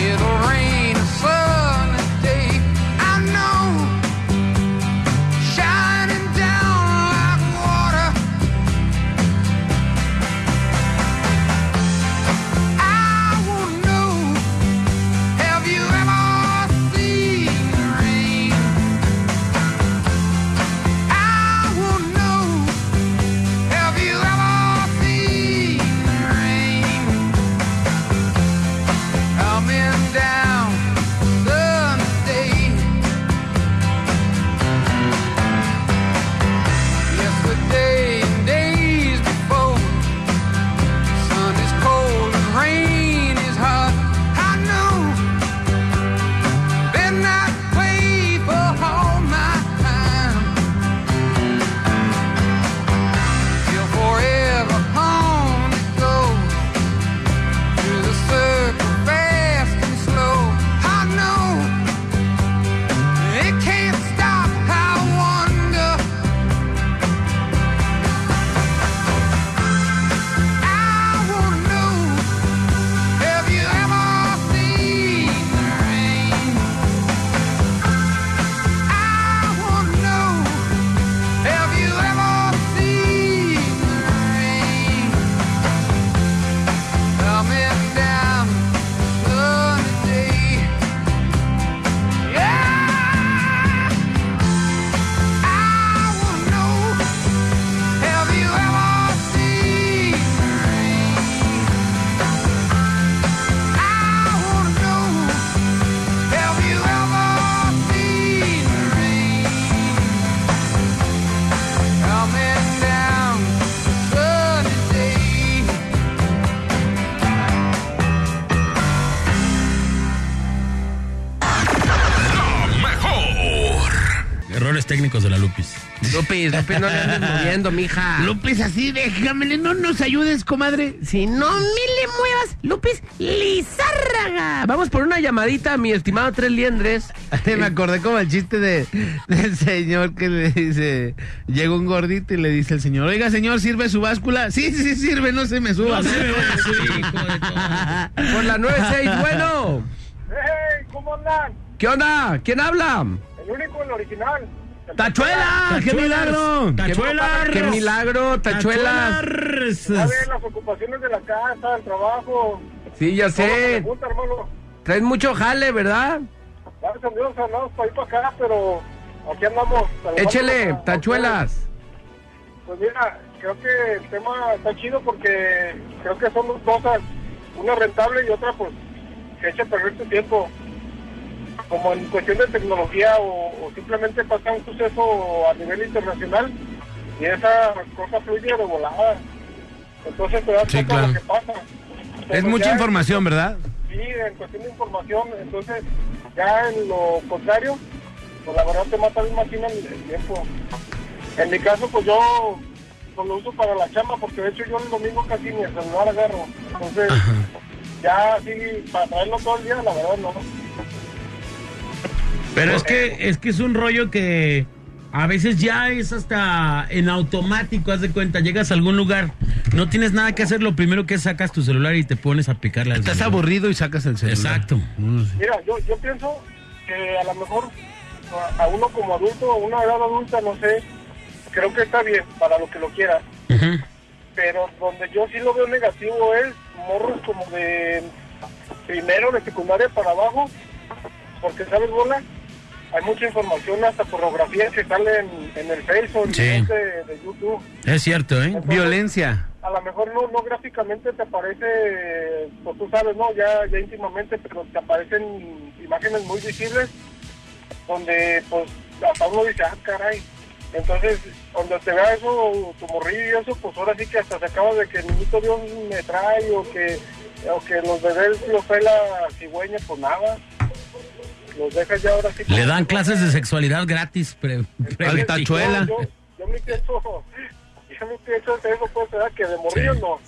it'll rain a sunny day. I know, shining down like water. I won't know. Have you ever seen the rain? I won't know. Have you ever seen the rain coming down Sunday? Yesterday and days before. Sun is cold and rain is hot. I know. Been that way for all my time. Feel forever long ago. Through the circle, fast and slow. I know. It can't stop. I wonder. I won't know. Have you ever seen the rain? I won't know. Have you ever seen the rain coming down Sunday? Yeah, I won't know. Have you ever seen rain? I wanna know. Have you ever seen rain coming down sunny day?
La mejor.
Errores técnicos de la Lupis.
Lupis, Lupis, no le andes moviendo, mija.
López, así, déjame, no nos ayudes, comadre.
Si no me le muevas, Lupis Lizárraga. Vamos por una llamadita, mi estimado Tres Liendres.
Me acordé como el chiste de, del señor que le dice, llega un gordito y le dice al señor, oiga señor, ¿sirve su báscula? Sí, sí, sirve, no se me suba.
Por la 96, bueno.
¡Hey! ¿Cómo andan?
¿Qué onda? ¿Quién habla? Ah,
El único, el original.
¡Tachuela! ¡Qué milagro!
¡Tachuelas!
¡Qué milagro, tachuelas!
¡Tachuelas!
las ocupaciones de la casa, el trabajo.
Sí, ya sé.
Pregunta, hermano.
Traes mucho jale, ¿verdad?
Gracias a Dios, andamos para ir para acá, pero aquí andamos.
Échele,
A- a-
tachuelas.
Pues mira, creo que el tema está chido porque creo que son dos cosas, una rentable y otra pues que echa a perder tu tiempo. Como en cuestión de tecnología o, o simplemente pasa un suceso a nivel internacional y esa cosa fluye de volada. Entonces te das
Sí,
cuenta de lo que
claro.
pasa.
Es
Pero
mucha
ya-
información, ¿verdad?
Sí, en cuestión de información, entonces ya en lo contrario, pues la verdad te mata bien máquina el el tiempo. En mi caso, pues yo pues, lo uso para la chamba, porque de hecho yo el domingo casi ni el celular agarro. Entonces, ya así, para traerlo todo el día, la verdad no.
Pero es que, es que es un rollo que a veces ya es hasta en automático, haz de cuenta, llegas a algún lugar, no tienes nada que hacer, lo primero que es sacas tu celular y te pones a picarle al
Estás
celular.
aburrido y sacas el celular.
Exacto.
Mm, sí.
Mira, yo, yo pienso que a lo mejor a, a uno como adulto, a una edad adulta, no sé, creo que está bien para lo que lo quiera.
Ujú.
pero donde yo sí lo veo negativo es morros como de primero de secundaria para abajo, porque sabes, bola, hay mucha información, hasta pornografía que sale en, en el Facebook,
Sí.
en de, de YouTube.
Es cierto, ¿eh?
Violencia.
A lo mejor no, no gráficamente te aparece, pues tú sabes, ¿no? Ya, ya íntimamente, pero te aparecen imágenes muy visibles donde, pues, hasta uno dice, ah, caray. Entonces, cuando te vea eso, tu morrillo y eso, pues ahora sí que hasta se acaba de que el niñito Dios me trae o que, o que los bebés los fue la cigüeña, pues nada. Los dejas ya ahora sí.
Le dan clases de sexualidad gratis. Pre, pre-
Al tachuela.
Yo, yo, yo me pienso, yo me pienso que eso, pues, ¿verdad? Que de morrillo no.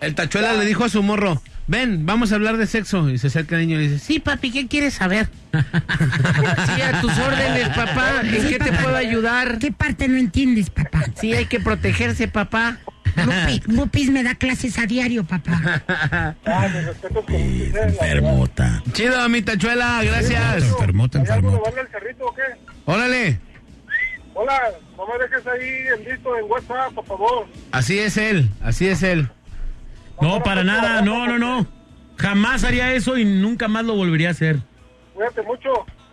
El tachuela le dijo a su morro, ven, vamos a hablar de sexo. Y se acerca el niño y le dice, sí, papi, ¿qué quieres saber?
Sí, a tus órdenes, papá. ¿En qué te puedo ayudar?
¿Qué parte no entiendes, papá?
Sí, hay que protegerse, papá.
Lupi, Lupis me da clases a diario, papá.
Ah, mis respetos con ustedes, la verdad.
Enfermota.
Chido, mi tachuela, gracias.
Enfermota,
¿Hay algo de
enfermota.
darle al carrito o qué?
Órale,
Hola, no me dejes ahí en visto en WhatsApp, por favor.
así es él, así es él.
No, para nada. No, no, no. Jamás haría eso y nunca más lo volvería a hacer.
Cuídate mucho.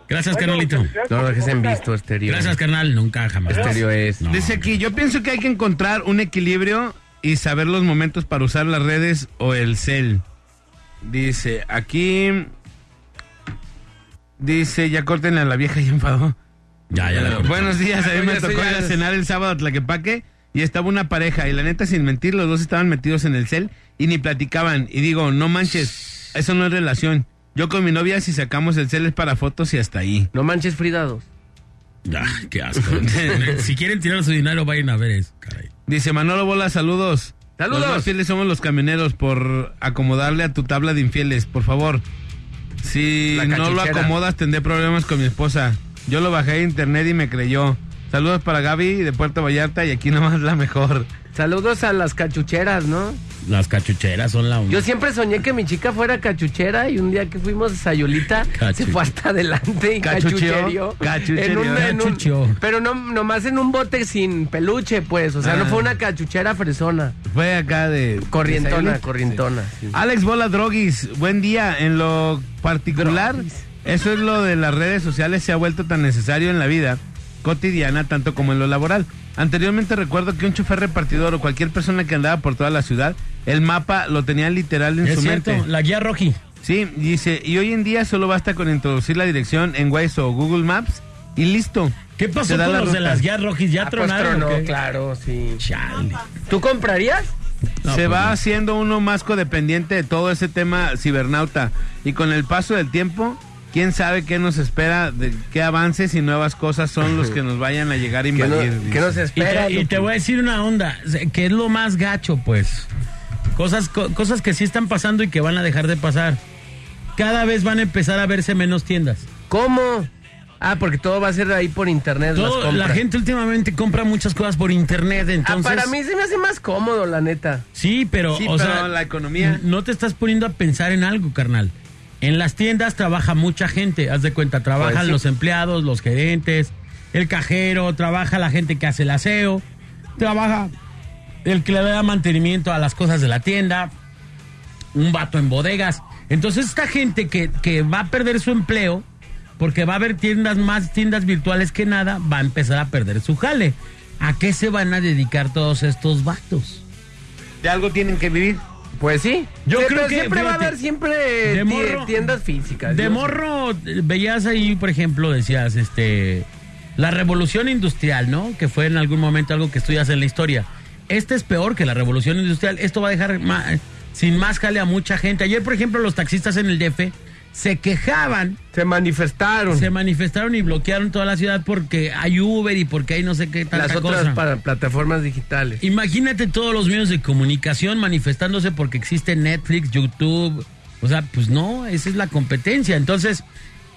Gracias,
Bueno,
Carolito.
pues,
felicidades
No
por
lo
tu
dejes en
podcast.
visto, exterior.
Gracias, carnal. Nunca, jamás.
Este
Estéreo es.
No.
Dice aquí, yo pienso que hay que encontrar un equilibrio y saber los momentos para usar las redes o el cel. Dice, aquí... Dice, ya córtenle a la vieja y enfadó.
Ya, ya la corté.
Buenos días, a mí
Ya,
me
eso
tocó
ya
ir a
es-
cenar el sábado a Tlaquepaque y estaba una pareja y la neta sin mentir los dos estaban metidos en el cel y ni platicaban y digo, no manches, eso no es relación. Yo con mi novia si sacamos el cel es para fotos y hasta ahí.
No manches fridados.
Ya, qué asco. si quieren tirar su dinero, vayan a ver eso. Caray.
Dice Manolo Bola, saludos.
Saludos.
Los más fieles somos los camioneros por acomodarle a tu tabla de infieles, por favor. Si
La
no lo
cachuchera.
acomodas tendré problemas con mi esposa. Yo lo bajé de internet y me creyó. Saludos para Gaby de Puerto Vallarta y aquí nomás la mejor.
Saludos a las cachucheras, ¿no?
Las cachucheras son la
Yo
una.
siempre soñé que mi chica fuera cachuchera y un día que fuimos a Sayulita
Cachu-
se fue hasta adelante y
Cachucheó,
cachuchereó.
cachuchereó.
En un- en un-
Cachucheó.
pero no, nomás en un bote sin peluche, pues. O sea, no
Ah.
fue una cachuchera fresona.
Fue acá de...
Corrientona,
de-
corrientona. sí.
Alex Bola Droguis, buen día. En lo particular,
Droguis.
eso es lo de las redes sociales, se ha vuelto tan necesario en la vida cotidiana, tanto como en lo laboral. Anteriormente recuerdo que un chofer repartidor o cualquier persona que andaba por toda la ciudad, el mapa lo tenía literal en
Es
su
cierto,
mente.
la guía Roji.
Sí, dice, y hoy en día solo basta con introducir la dirección en Waze o Google Maps y listo.
¿Qué
Te
pasó
da
con
la
los de
ruta.
las guías Rojis? ¿Ya
Ah, pues,
tronaron?
tronó,
o qué?
claro, sí.
Chale.
¿Tú comprarías?
No,
se
pues
va
no.
haciendo uno más codependiente de todo ese tema cibernauta. Y con el paso del tiempo, quién sabe qué nos espera, de qué avances y nuevas cosas son los que nos vayan a llegar a
¿Qué, no-
invadir.
qué
dice.
nos
Y
espera?
te, y
pues.
te voy a decir una onda, que es lo más gacho, pues. Cosas, co- cosas que sí están pasando y que van a dejar de pasar. Cada vez van a empezar a verse menos tiendas.
¿Cómo? Ah, porque todo va a ser ahí por internet. las
Todo- la
compras.
gente últimamente compra muchas cosas por internet, entonces...
ah, para mí se me hace más cómodo, la neta.
Sí, pero,
Sí,
o
pero
sea,
la economía.
No te estás poniendo a pensar en algo, carnal. En las tiendas trabaja mucha gente, haz de cuenta, trabajan
Pues sí.
los empleados, los gerentes, el cajero, trabaja la gente que hace el aseo, trabaja el que le da mantenimiento a las cosas de la tienda, un vato en bodegas. Entonces esta gente que, que va a perder su empleo, porque va a haber tiendas más, tiendas virtuales que nada, va a empezar a perder su jale. ¿A qué se van a dedicar todos estos vatos?
De algo tienen que vivir.
Pues sí.
Yo
Sí,
creo
pero
que,
siempre va
fíjate,
a haber siempre
de
ti-
morro-
tiendas físicas.
De
yo-
morro, eh, veías ahí, por ejemplo, decías, este, la revolución industrial, ¿no? Que fue en algún momento algo que estudias en la historia. Este es peor que la revolución industrial. Esto va a dejar ma- sin más jale a mucha gente. Ayer, por ejemplo, los taxistas en el DF se quejaban,
Se manifestaron.
se manifestaron y bloquearon toda la ciudad porque hay Uber y porque hay no sé qué tanta
las otras
cosa.
para plataformas digitales.
Imagínate todos los medios de comunicación manifestándose porque existe Netflix, YouTube. O sea, pues no, esa es la competencia. Entonces,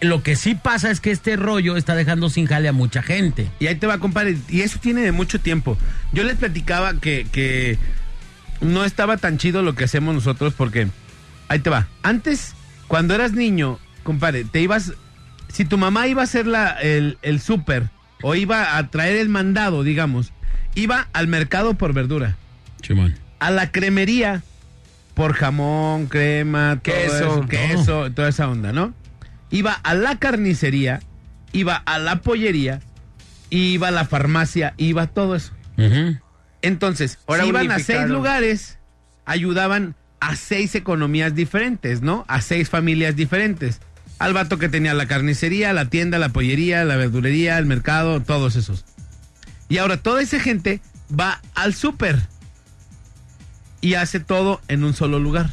lo que sí pasa es que este rollo está dejando sin jale a mucha gente.
Y ahí te va, compadre. Y eso tiene de mucho tiempo. Yo les platicaba que, que no estaba tan chido lo que hacemos nosotros porque... Ahí te va. Antes, cuando eras niño, compadre, te ibas... Si tu mamá iba a hacer la, el, el súper o iba a traer el mandado, digamos, iba al mercado por verdura,
Chimón.
a la cremería por jamón, crema, todo
Queso.
eso,
No.
queso, toda esa onda, ¿no? Iba a la carnicería, iba a la pollería, iba a la farmacia, iba a todo eso. Entonces,
Ahora
si iban a
unificaron.
seis lugares, ayudaban a seis economías diferentes, ¿no? A seis familias diferentes. Al vato que tenía la carnicería, la tienda, la pollería, la verdulería, el mercado, todos esos. Y ahora toda esa gente va al súper y hace todo en un solo lugar.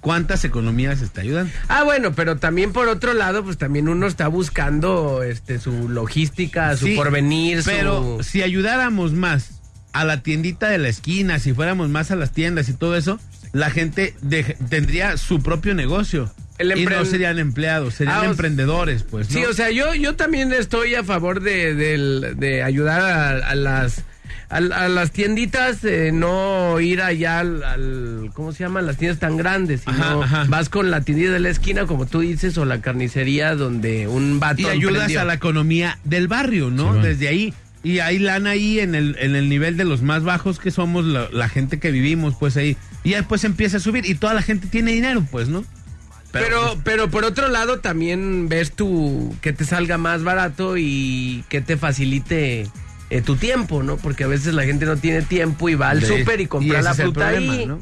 ¿Cuántas economías está ayudando?
Ah, bueno, pero también por otro lado, pues también uno está buscando este su logística, su
Sí,
porvenir, su-
Pero si ayudáramos más a la tiendita de la esquina, si fuéramos más a las tiendas y todo eso, la gente dej- tendría su propio negocio.
El
y
emprend-
no serían empleados, serían
Ah, o-
emprendedores, pues. ¿no?
Sí, o sea, yo, yo también estoy a favor de, del- de ayudar a, a las a, a las tienditas, eh, no ir allá al, al- ¿cómo se llaman? Las tiendas tan grandes, sino
Ajá, ajá.
vas con la tiendita de la esquina, como tú dices, o la carnicería donde un vato
y ayudas
emprendió.
a la economía del barrio, ¿no? Desde ahí. Y hay lana ahí en el, en el nivel de los más bajos que somos la, la gente que vivimos, pues ahí. Y ya después empieza a subir y toda la gente tiene dinero, pues, ¿no?
Pero,
pues,
pero por otro lado también ves tu que te salga más barato y que te facilite eh, tu tiempo, ¿no? Porque a veces la gente no tiene tiempo y va al
De-
súper y compra
ese
la
es el
fruta
problema,
ahí
¿no?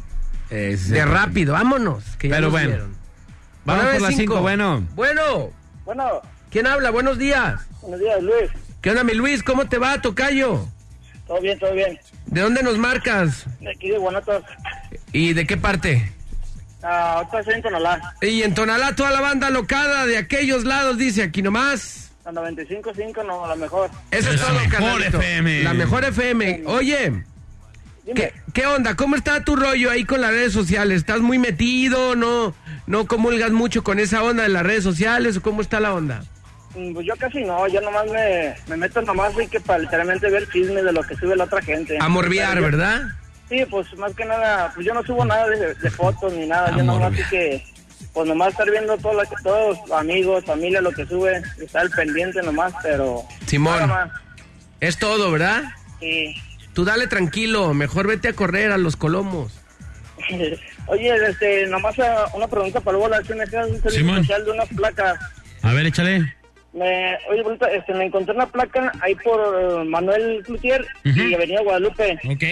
Ese es el
de
problema.
rápido. Vámonos. Que ya
Pero
nos
bueno.
dieron.
Vamos
Nueve,
por las cinco, bueno.
Bueno,
Bueno,
¿quién habla? Buenos días.
buenos días, Luis.
¿Qué onda, mi Luis? ¿Cómo te va, Tocayo?
Todo bien, todo bien.
¿De dónde nos marcas?
De aquí de Guanatos.
¿Y de qué parte?
Ah, ahorita estoy en Tonalá.
Y en Tonalá, toda la banda locada de aquellos lados dice aquí nomás.
La 95.5, no, la mejor.
Eso es
La
todo,
mejor
carnalito.
FM.
La mejor FM. Oye, ¿qué, qué onda? ¿Cómo está tu rollo ahí con las redes sociales? ¿Estás muy metido? ¿No no comulgas mucho con esa onda de las redes sociales? ¿O cómo está la onda?
Mm, Pues yo casi no, yo nomás me, me meto nomás y que para literalmente ver chisme de lo que sube la otra gente.
A morbiar,
Pero yo-
¿verdad?
Sí, pues más que nada, pues yo no subo nada de, de fotos ni nada, yo nomás así que, pues nomás estar viendo todo lo que, todos amigos, familia, lo que sube, estar al pendiente nomás, pero...
Simón.
Nada más.
Es todo, ¿verdad?
Sí.
Tú dale tranquilo, mejor vete a correr a los colomos.
Oye, este, nomás ah, una pregunta para Bola, si me haces un servicio
Simón.
social de unas placas.
A ver, échale.
Me, oye, Bolita, este, me encontré una placa ahí por eh, Manuel Cloutier y Avenida Guadalupe.
Ok.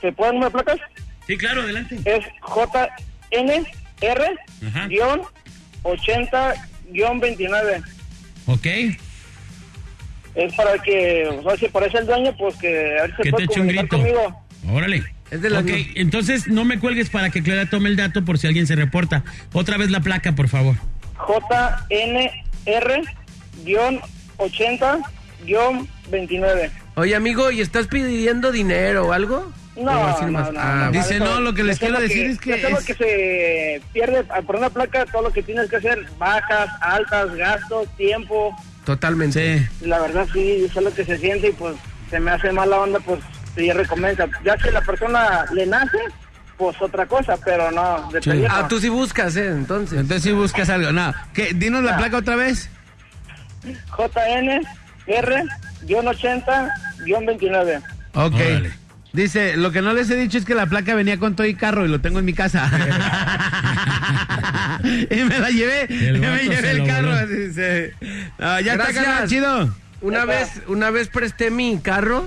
¿Se pueden dar placas?
Sí, claro, adelante.
es
Ajá.
JNR-80-29.
Ok.
Es para que, o sea, si parece el dueño, pues que a ver si
Que te
se puede
eche un grito.
comunicar conmigo.
Órale.
Es de las
ok,
mi-
entonces no me cuelgues para que Clara tome el dato por si alguien se reporta. Otra vez la placa, por favor.
JNR-80-29.
Oye, amigo, ¿y estás pidiendo dinero o algo?
No,
¿O así
no,
nomás?
no,
Ah,
no,
dice-
dice, no, lo que les
yo sé
quiero decir es que
yo sé lo
es-
que se pierde al poner una placa, todo lo que tienes que hacer, bajas, altas, gastos, tiempo,
Totalmente.
la verdad sí, eso es lo que se siente y pues se me hace mala onda, pues sí recomienda. Ya si la persona le nace, pues otra cosa, pero no, depende.
Ah, tú sí buscas, ¿eh? Entonces.
Entonces si buscas algo. No, ¿qué? Dinos la placa otra vez.
JN, R, 80, 29.
Ok.
Órale.
Dice, lo que no les he dicho es que la placa venía con todo y carro y lo tengo en mi casa. y me la llevé,
El vato
me
se
llevé el
lo
carro.
voló.
así dice. Ah, ya
Gracias.
está carnal, chido.
Una vez, una vez presté mi carro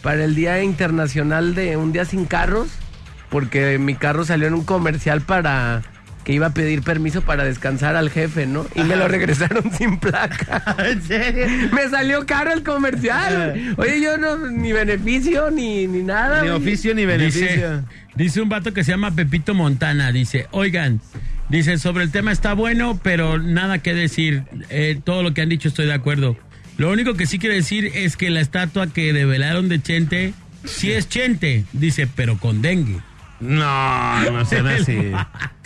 para el Día Internacional de Un Día Sin Carros, porque mi carro salió en un comercial para que iba a pedir permiso para descansar al jefe, ¿no? Y me lo regresaron sin placa.
¿En serio?
Me salió caro el comercial. Oye, yo no, ni beneficio, ni, ni nada.
Ni
oye.
oficio ni
Dice,
beneficio.
dice un vato que se llama Pepito Montana, dice, oigan, dice, sobre el tema está bueno, pero nada que decir, Eh, todo lo que han dicho estoy de acuerdo. Lo único que sí quiero decir es que la estatua que develaron de Chente, sí es Chente, dice, pero con dengue.
No, no sean así.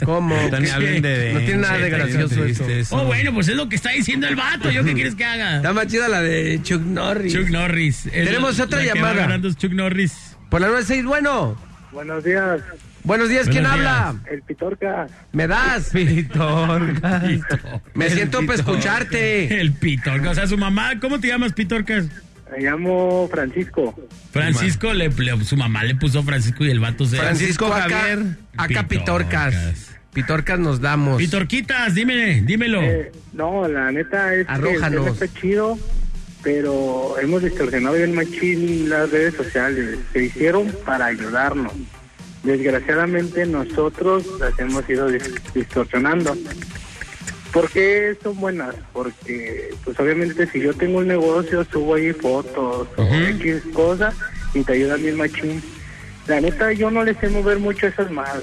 ¿Cómo?
Ni hablen de
No tiene nada de
dengue,
gracioso
no
eso.
triste
Oh, bueno, pues es lo que está diciendo el vato, ¿yo qué quieres que haga?
Está más chida la de Chuck Norris.
Chuck Norris. es
Tenemos
la-
otra
la que va
llamada.
ganando es Chuck Norris.
Por la 96, bueno.
Buenos días,
Buenos días, ¿quién
Buenos
habla?
el Pitorca.
¿Me das?
Pitorca.
Pito.
Me siento para escucharte.
El Pitorca, o sea, su mamá, ¿cómo te llamas Pitorcas?
Me llamo Francisco.
Francisco, le, le- su mamá le puso Francisco y el vato se...
Francisco Javier
Acá, acá Pitorcas.
Pitorcas.
Pitorcas. nos damos.
Y Torquitas, dime, dímelo.
Eh, no, la neta es
Arrójalos.
que el tema está chido, pero hemos distorsionado bien machín las redes sociales. Se hicieron para ayudarnos. Desgraciadamente nosotros las hemos ido dis- distorsionando. ¿Por qué son buenas? Porque, pues obviamente, si yo tengo un negocio, subo ahí fotos o X cosas y te ayudan bien machín. La neta, yo no les sé mover mucho esas mal.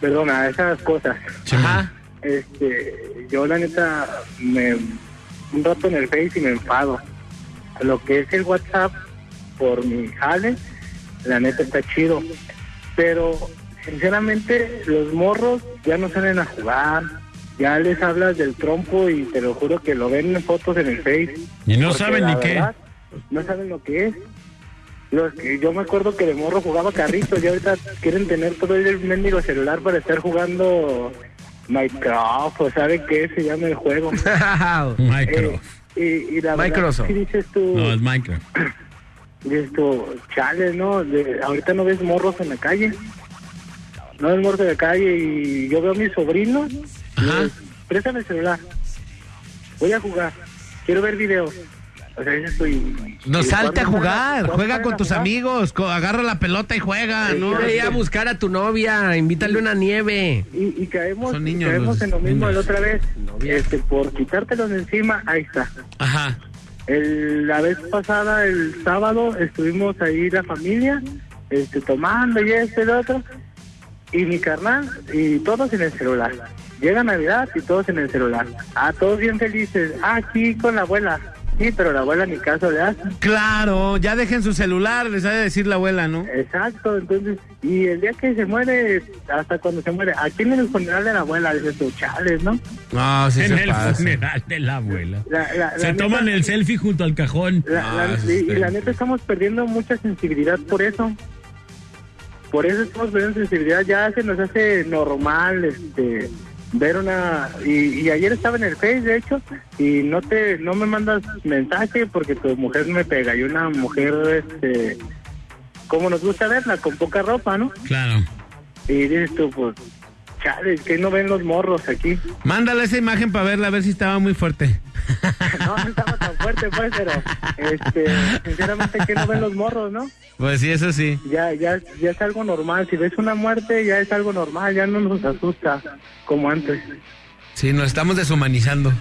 Perdona, esas cosas
Ajá.
este yo la neta me un rato en el Face y me enfado lo que es el WhatsApp por mi jale la neta está chido pero sinceramente los morros ya no salen a jugar ya les hablas del trompo y te lo juro que lo ven en fotos en el Face
Y no
porque
saben
la
ni qué.
verdad, No saben lo que es. Los que- yo me acuerdo que de morro jugaba carritos y ahorita quieren tener todo el mendigo celular para estar jugando Minecraft o sabe qué se llama el juego. Eh,
Minecraft.
y, y la verdad,
Microsoft.
sí dices tú,
No, es Minecraft.
dices tú, chale, ¿no? De- ahorita no ves morros en la calle. No ves morros en la calle y yo veo a mis sobrinos.
Ajá.
pues, Préstame el celular. Voy a jugar. Quiero ver videos. O sea, dices tú, y-
No
y
salte a
¿cuándo
jugar,
salen a-
juega
cuándo
con tus
salen a jugar?
amigos, co- agarra la pelota y juega,
Sí,
¿no?
claro.
Ve a buscar a tu novia, invítale una nieve.
y, y caemos,
Son
y
niños
caemos
los
en lo mismo de la
niños.
otra vez. Este, por quitártelos de encima, ahí está.
Ajá.
El- la vez pasada, el sábado, estuvimos ahí la familia, este, tomando y este y lo otro, y mi carnal, y todos en el celular. Llega Navidad y todos en el celular. Ah, todos bien felices. Ah, sí, con la abuela. Sí, pero la abuela ni caso le hace.
Claro, ya dejen su celular, les ha de decir la abuela, ¿no?
Exacto, entonces, y el día que se muere, hasta cuando se muere, aquí en el funeral de la abuela, dices tú, chales, ¿no?
No, Ah, sí
En
se
el
pasa.
funeral de la abuela.
La- la- la
Se
neta-
toman el selfie junto al cajón.
La-
Ah,
la-
eso
y,
está
y la
bien.
neta estamos perdiendo mucha sensibilidad por eso. Por eso estamos perdiendo sensibilidad. Ya se nos hace normal este ver una... Y, y ayer estaba en el Face, de hecho, y no te no me mandas mensaje porque tu mujer me pega. Y una mujer, este como nos gusta verla, con poca ropa, ¿no?
Claro.
Y dices tú, pues, chales, que no ven los morros aquí.
Mándale esa imagen para verla, a ver si estaba muy fuerte.
No, no estaba tan fuerte, pues, pero, este, sinceramente, que no ven los morros, ¿no?
Pues sí, eso sí.
ya, ya, ya es algo normal. Si ves una muerte, ya es algo normal, ya no nos asusta como antes.
Sí, nos estamos deshumanizando.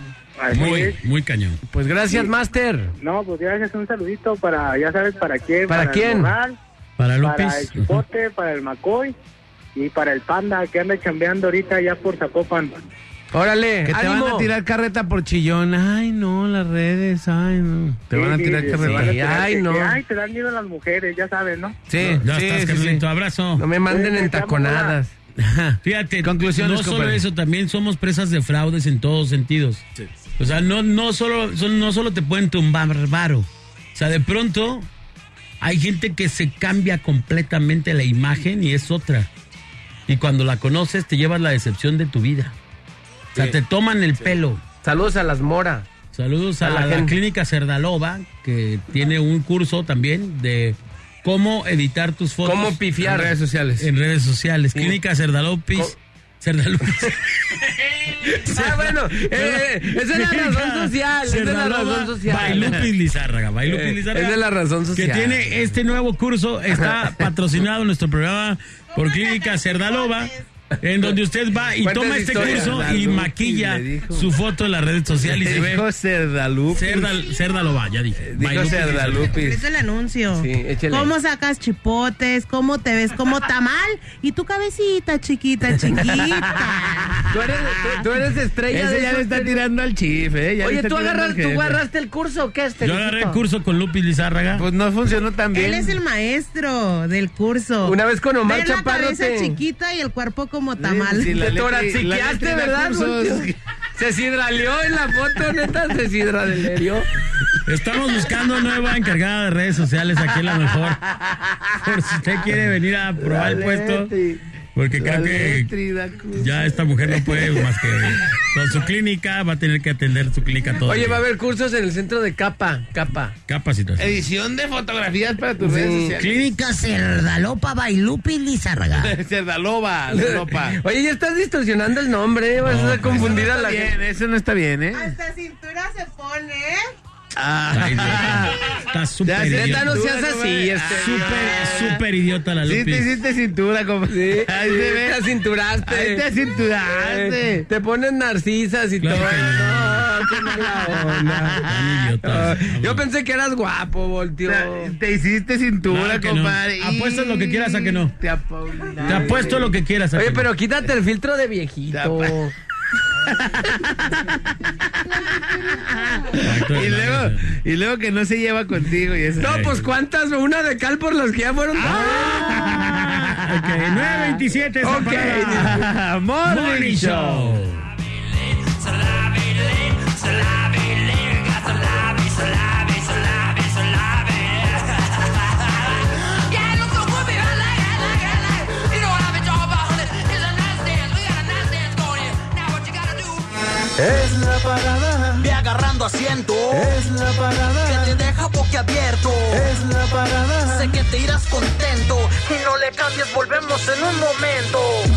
Así
Muy,
es.
muy cañón.
Pues gracias, Master.
No, pues gracias, un saludito para, ya sabes, para quién.
¿Para
el
quién?
Morral,
Para
para el
López.
Chipote, para el Macoy y para el Panda que anda chambeando ahorita ya por Zapopan.
Órale,
Que te
ánimo.
van a tirar carreta por chillón. Ay, no, las redes, ay, no. Te
Sí,
van a
sí,
tirar
sí,
carreta.
van a tirar
Ay,
que-
no.
que, Ay, te dan miedo las mujeres, ya sabes, ¿no?
Sí,
Ya
sí,
estás,
sí, sí.
Carlito. Abrazo.
No me manden en taconadas.
Fíjate,
Conclusiones,
no solo
compadre.
eso, también somos presas de fraudes en todos sentidos. O sea, no, no, solo, son- no solo te pueden tumbar varo. O sea, de pronto hay gente que se cambia completamente la imagen y es otra. Y cuando la conoces te llevas la decepción de tu vida. O sea, te toman el pelo.
Saludos a las Mora.
Saludos a,
A la
la,
gente.
clínica Cerdalova, que tiene un curso también de cómo editar tus fotos.
¿Cómo pifiar?
En redes sociales.
Pues,
En redes sociales. Clínica Cerdalopis. Cerdalopis.
Ah, bueno, eh, eh, esa es la razón social. Esa es la razón social.
Bailupis Lizárraga. Bailupis
Eh,
Lizárraga.
es de la razón social.
Que tiene este nuevo curso, está patrocinado en nuestro programa por Clínica Cerdalova. En donde usted va y
Cuenta
toma
esa
este
historia.
curso y
Cerdalupis
maquilla
le dijo.
su foto en la red social y se ve
Dijo Cerdalupis.
Cerdal- Cerdalova, ya dije.
Dijo
Bailupis Lizárraga.
Cerdalupis.
Es el anuncio.
Sí, échale.
¿Cómo sacas chipotes? ¿Cómo te ves? ¿Cómo tamal? Y tu cabecita chiquita, chiquita.
Tú eres, tú, tú eres estrella
Ese
de
ya
esos
le está
tele-
tirando al chif, ¿eh? Ya le
Oye,
está
¿tú,
tirando
agarras,
al
¿tú
jefe.
agarraste el curso o qué es
Yo agarré el curso con Lupis Lizárraga.
Pues no funcionó tan bien.
Él es el maestro del curso.
Una vez con Omar
Ver
Chaparro
la cabeza
te-
chiquita y el cuerpo como tamal.
Sí, sí, la
Te
letra- la
toraxiqueaste,
letra y la
¿verdad?
cursos.
güey? Se sidraleó en la foto, neta, se sidraleó.
Estamos buscando nueva encargada de redes sociales aquí en la mejor. Por si usted quiere venir a probar el puesto. Porque
La
creo que
Letrida Cruz.
ya esta mujer no puede más que con su clínica, va a tener que atender su clínica todo.
Oye, va a haber cursos en el centro de Capa, Capa.
Capacitación.
Edición de fotografías para tus redes sociales.
Clínica Cerdalopa Bailupi Lizarraga.
Cerdaloba, Cerdalopa.
Oye, ya estás distorsionando el nombre, ¿eh? vas a confundir a
Está
la
bien,
gente.
eso no está bien, ¿eh?
Hasta cintura se pone, ¿eh?
Ah.
Ay, Dios. Está súper
Ya,
idiota.
Neta, no
Tú,
seas
no,
así,
güey.
este.
Súper, súper idiota Ah, la
Sí,
Lupi.
te hiciste cintura, compadre. Ahí se
Te
ve.
acinturaste.
Ahí te
Eh,
cinturaste.
Te pones narcisas y
Claro
todo.
que no.
No, qué mala onda.
Tan idiotas.
Ah, Yo pensé que eras guapo, voltio.
Te- Te hiciste cintura,
Claro que no.
compadre.
Apuestas lo que quieras a que no.
Te apu-
Te apuesto lo que quieras.
Oye,
Ángel.
pero quítate el filtro de viejito.
pues.
Exacto,
Y
no,
luego,
no sé.
y luego que no se lleva contigo y eso.
No, pues cuántas, una de cal por las que ya
Ah,
fueron.
Ok, 927 esa
Ok.
parada.
Morning,
Morning Show.
Es la parada. Ve agarrando asiento. Es la parada. Que te deja boquiabierto. Es la parada. Sé que te irás contento. Y no le cambies, volvemos en un momento.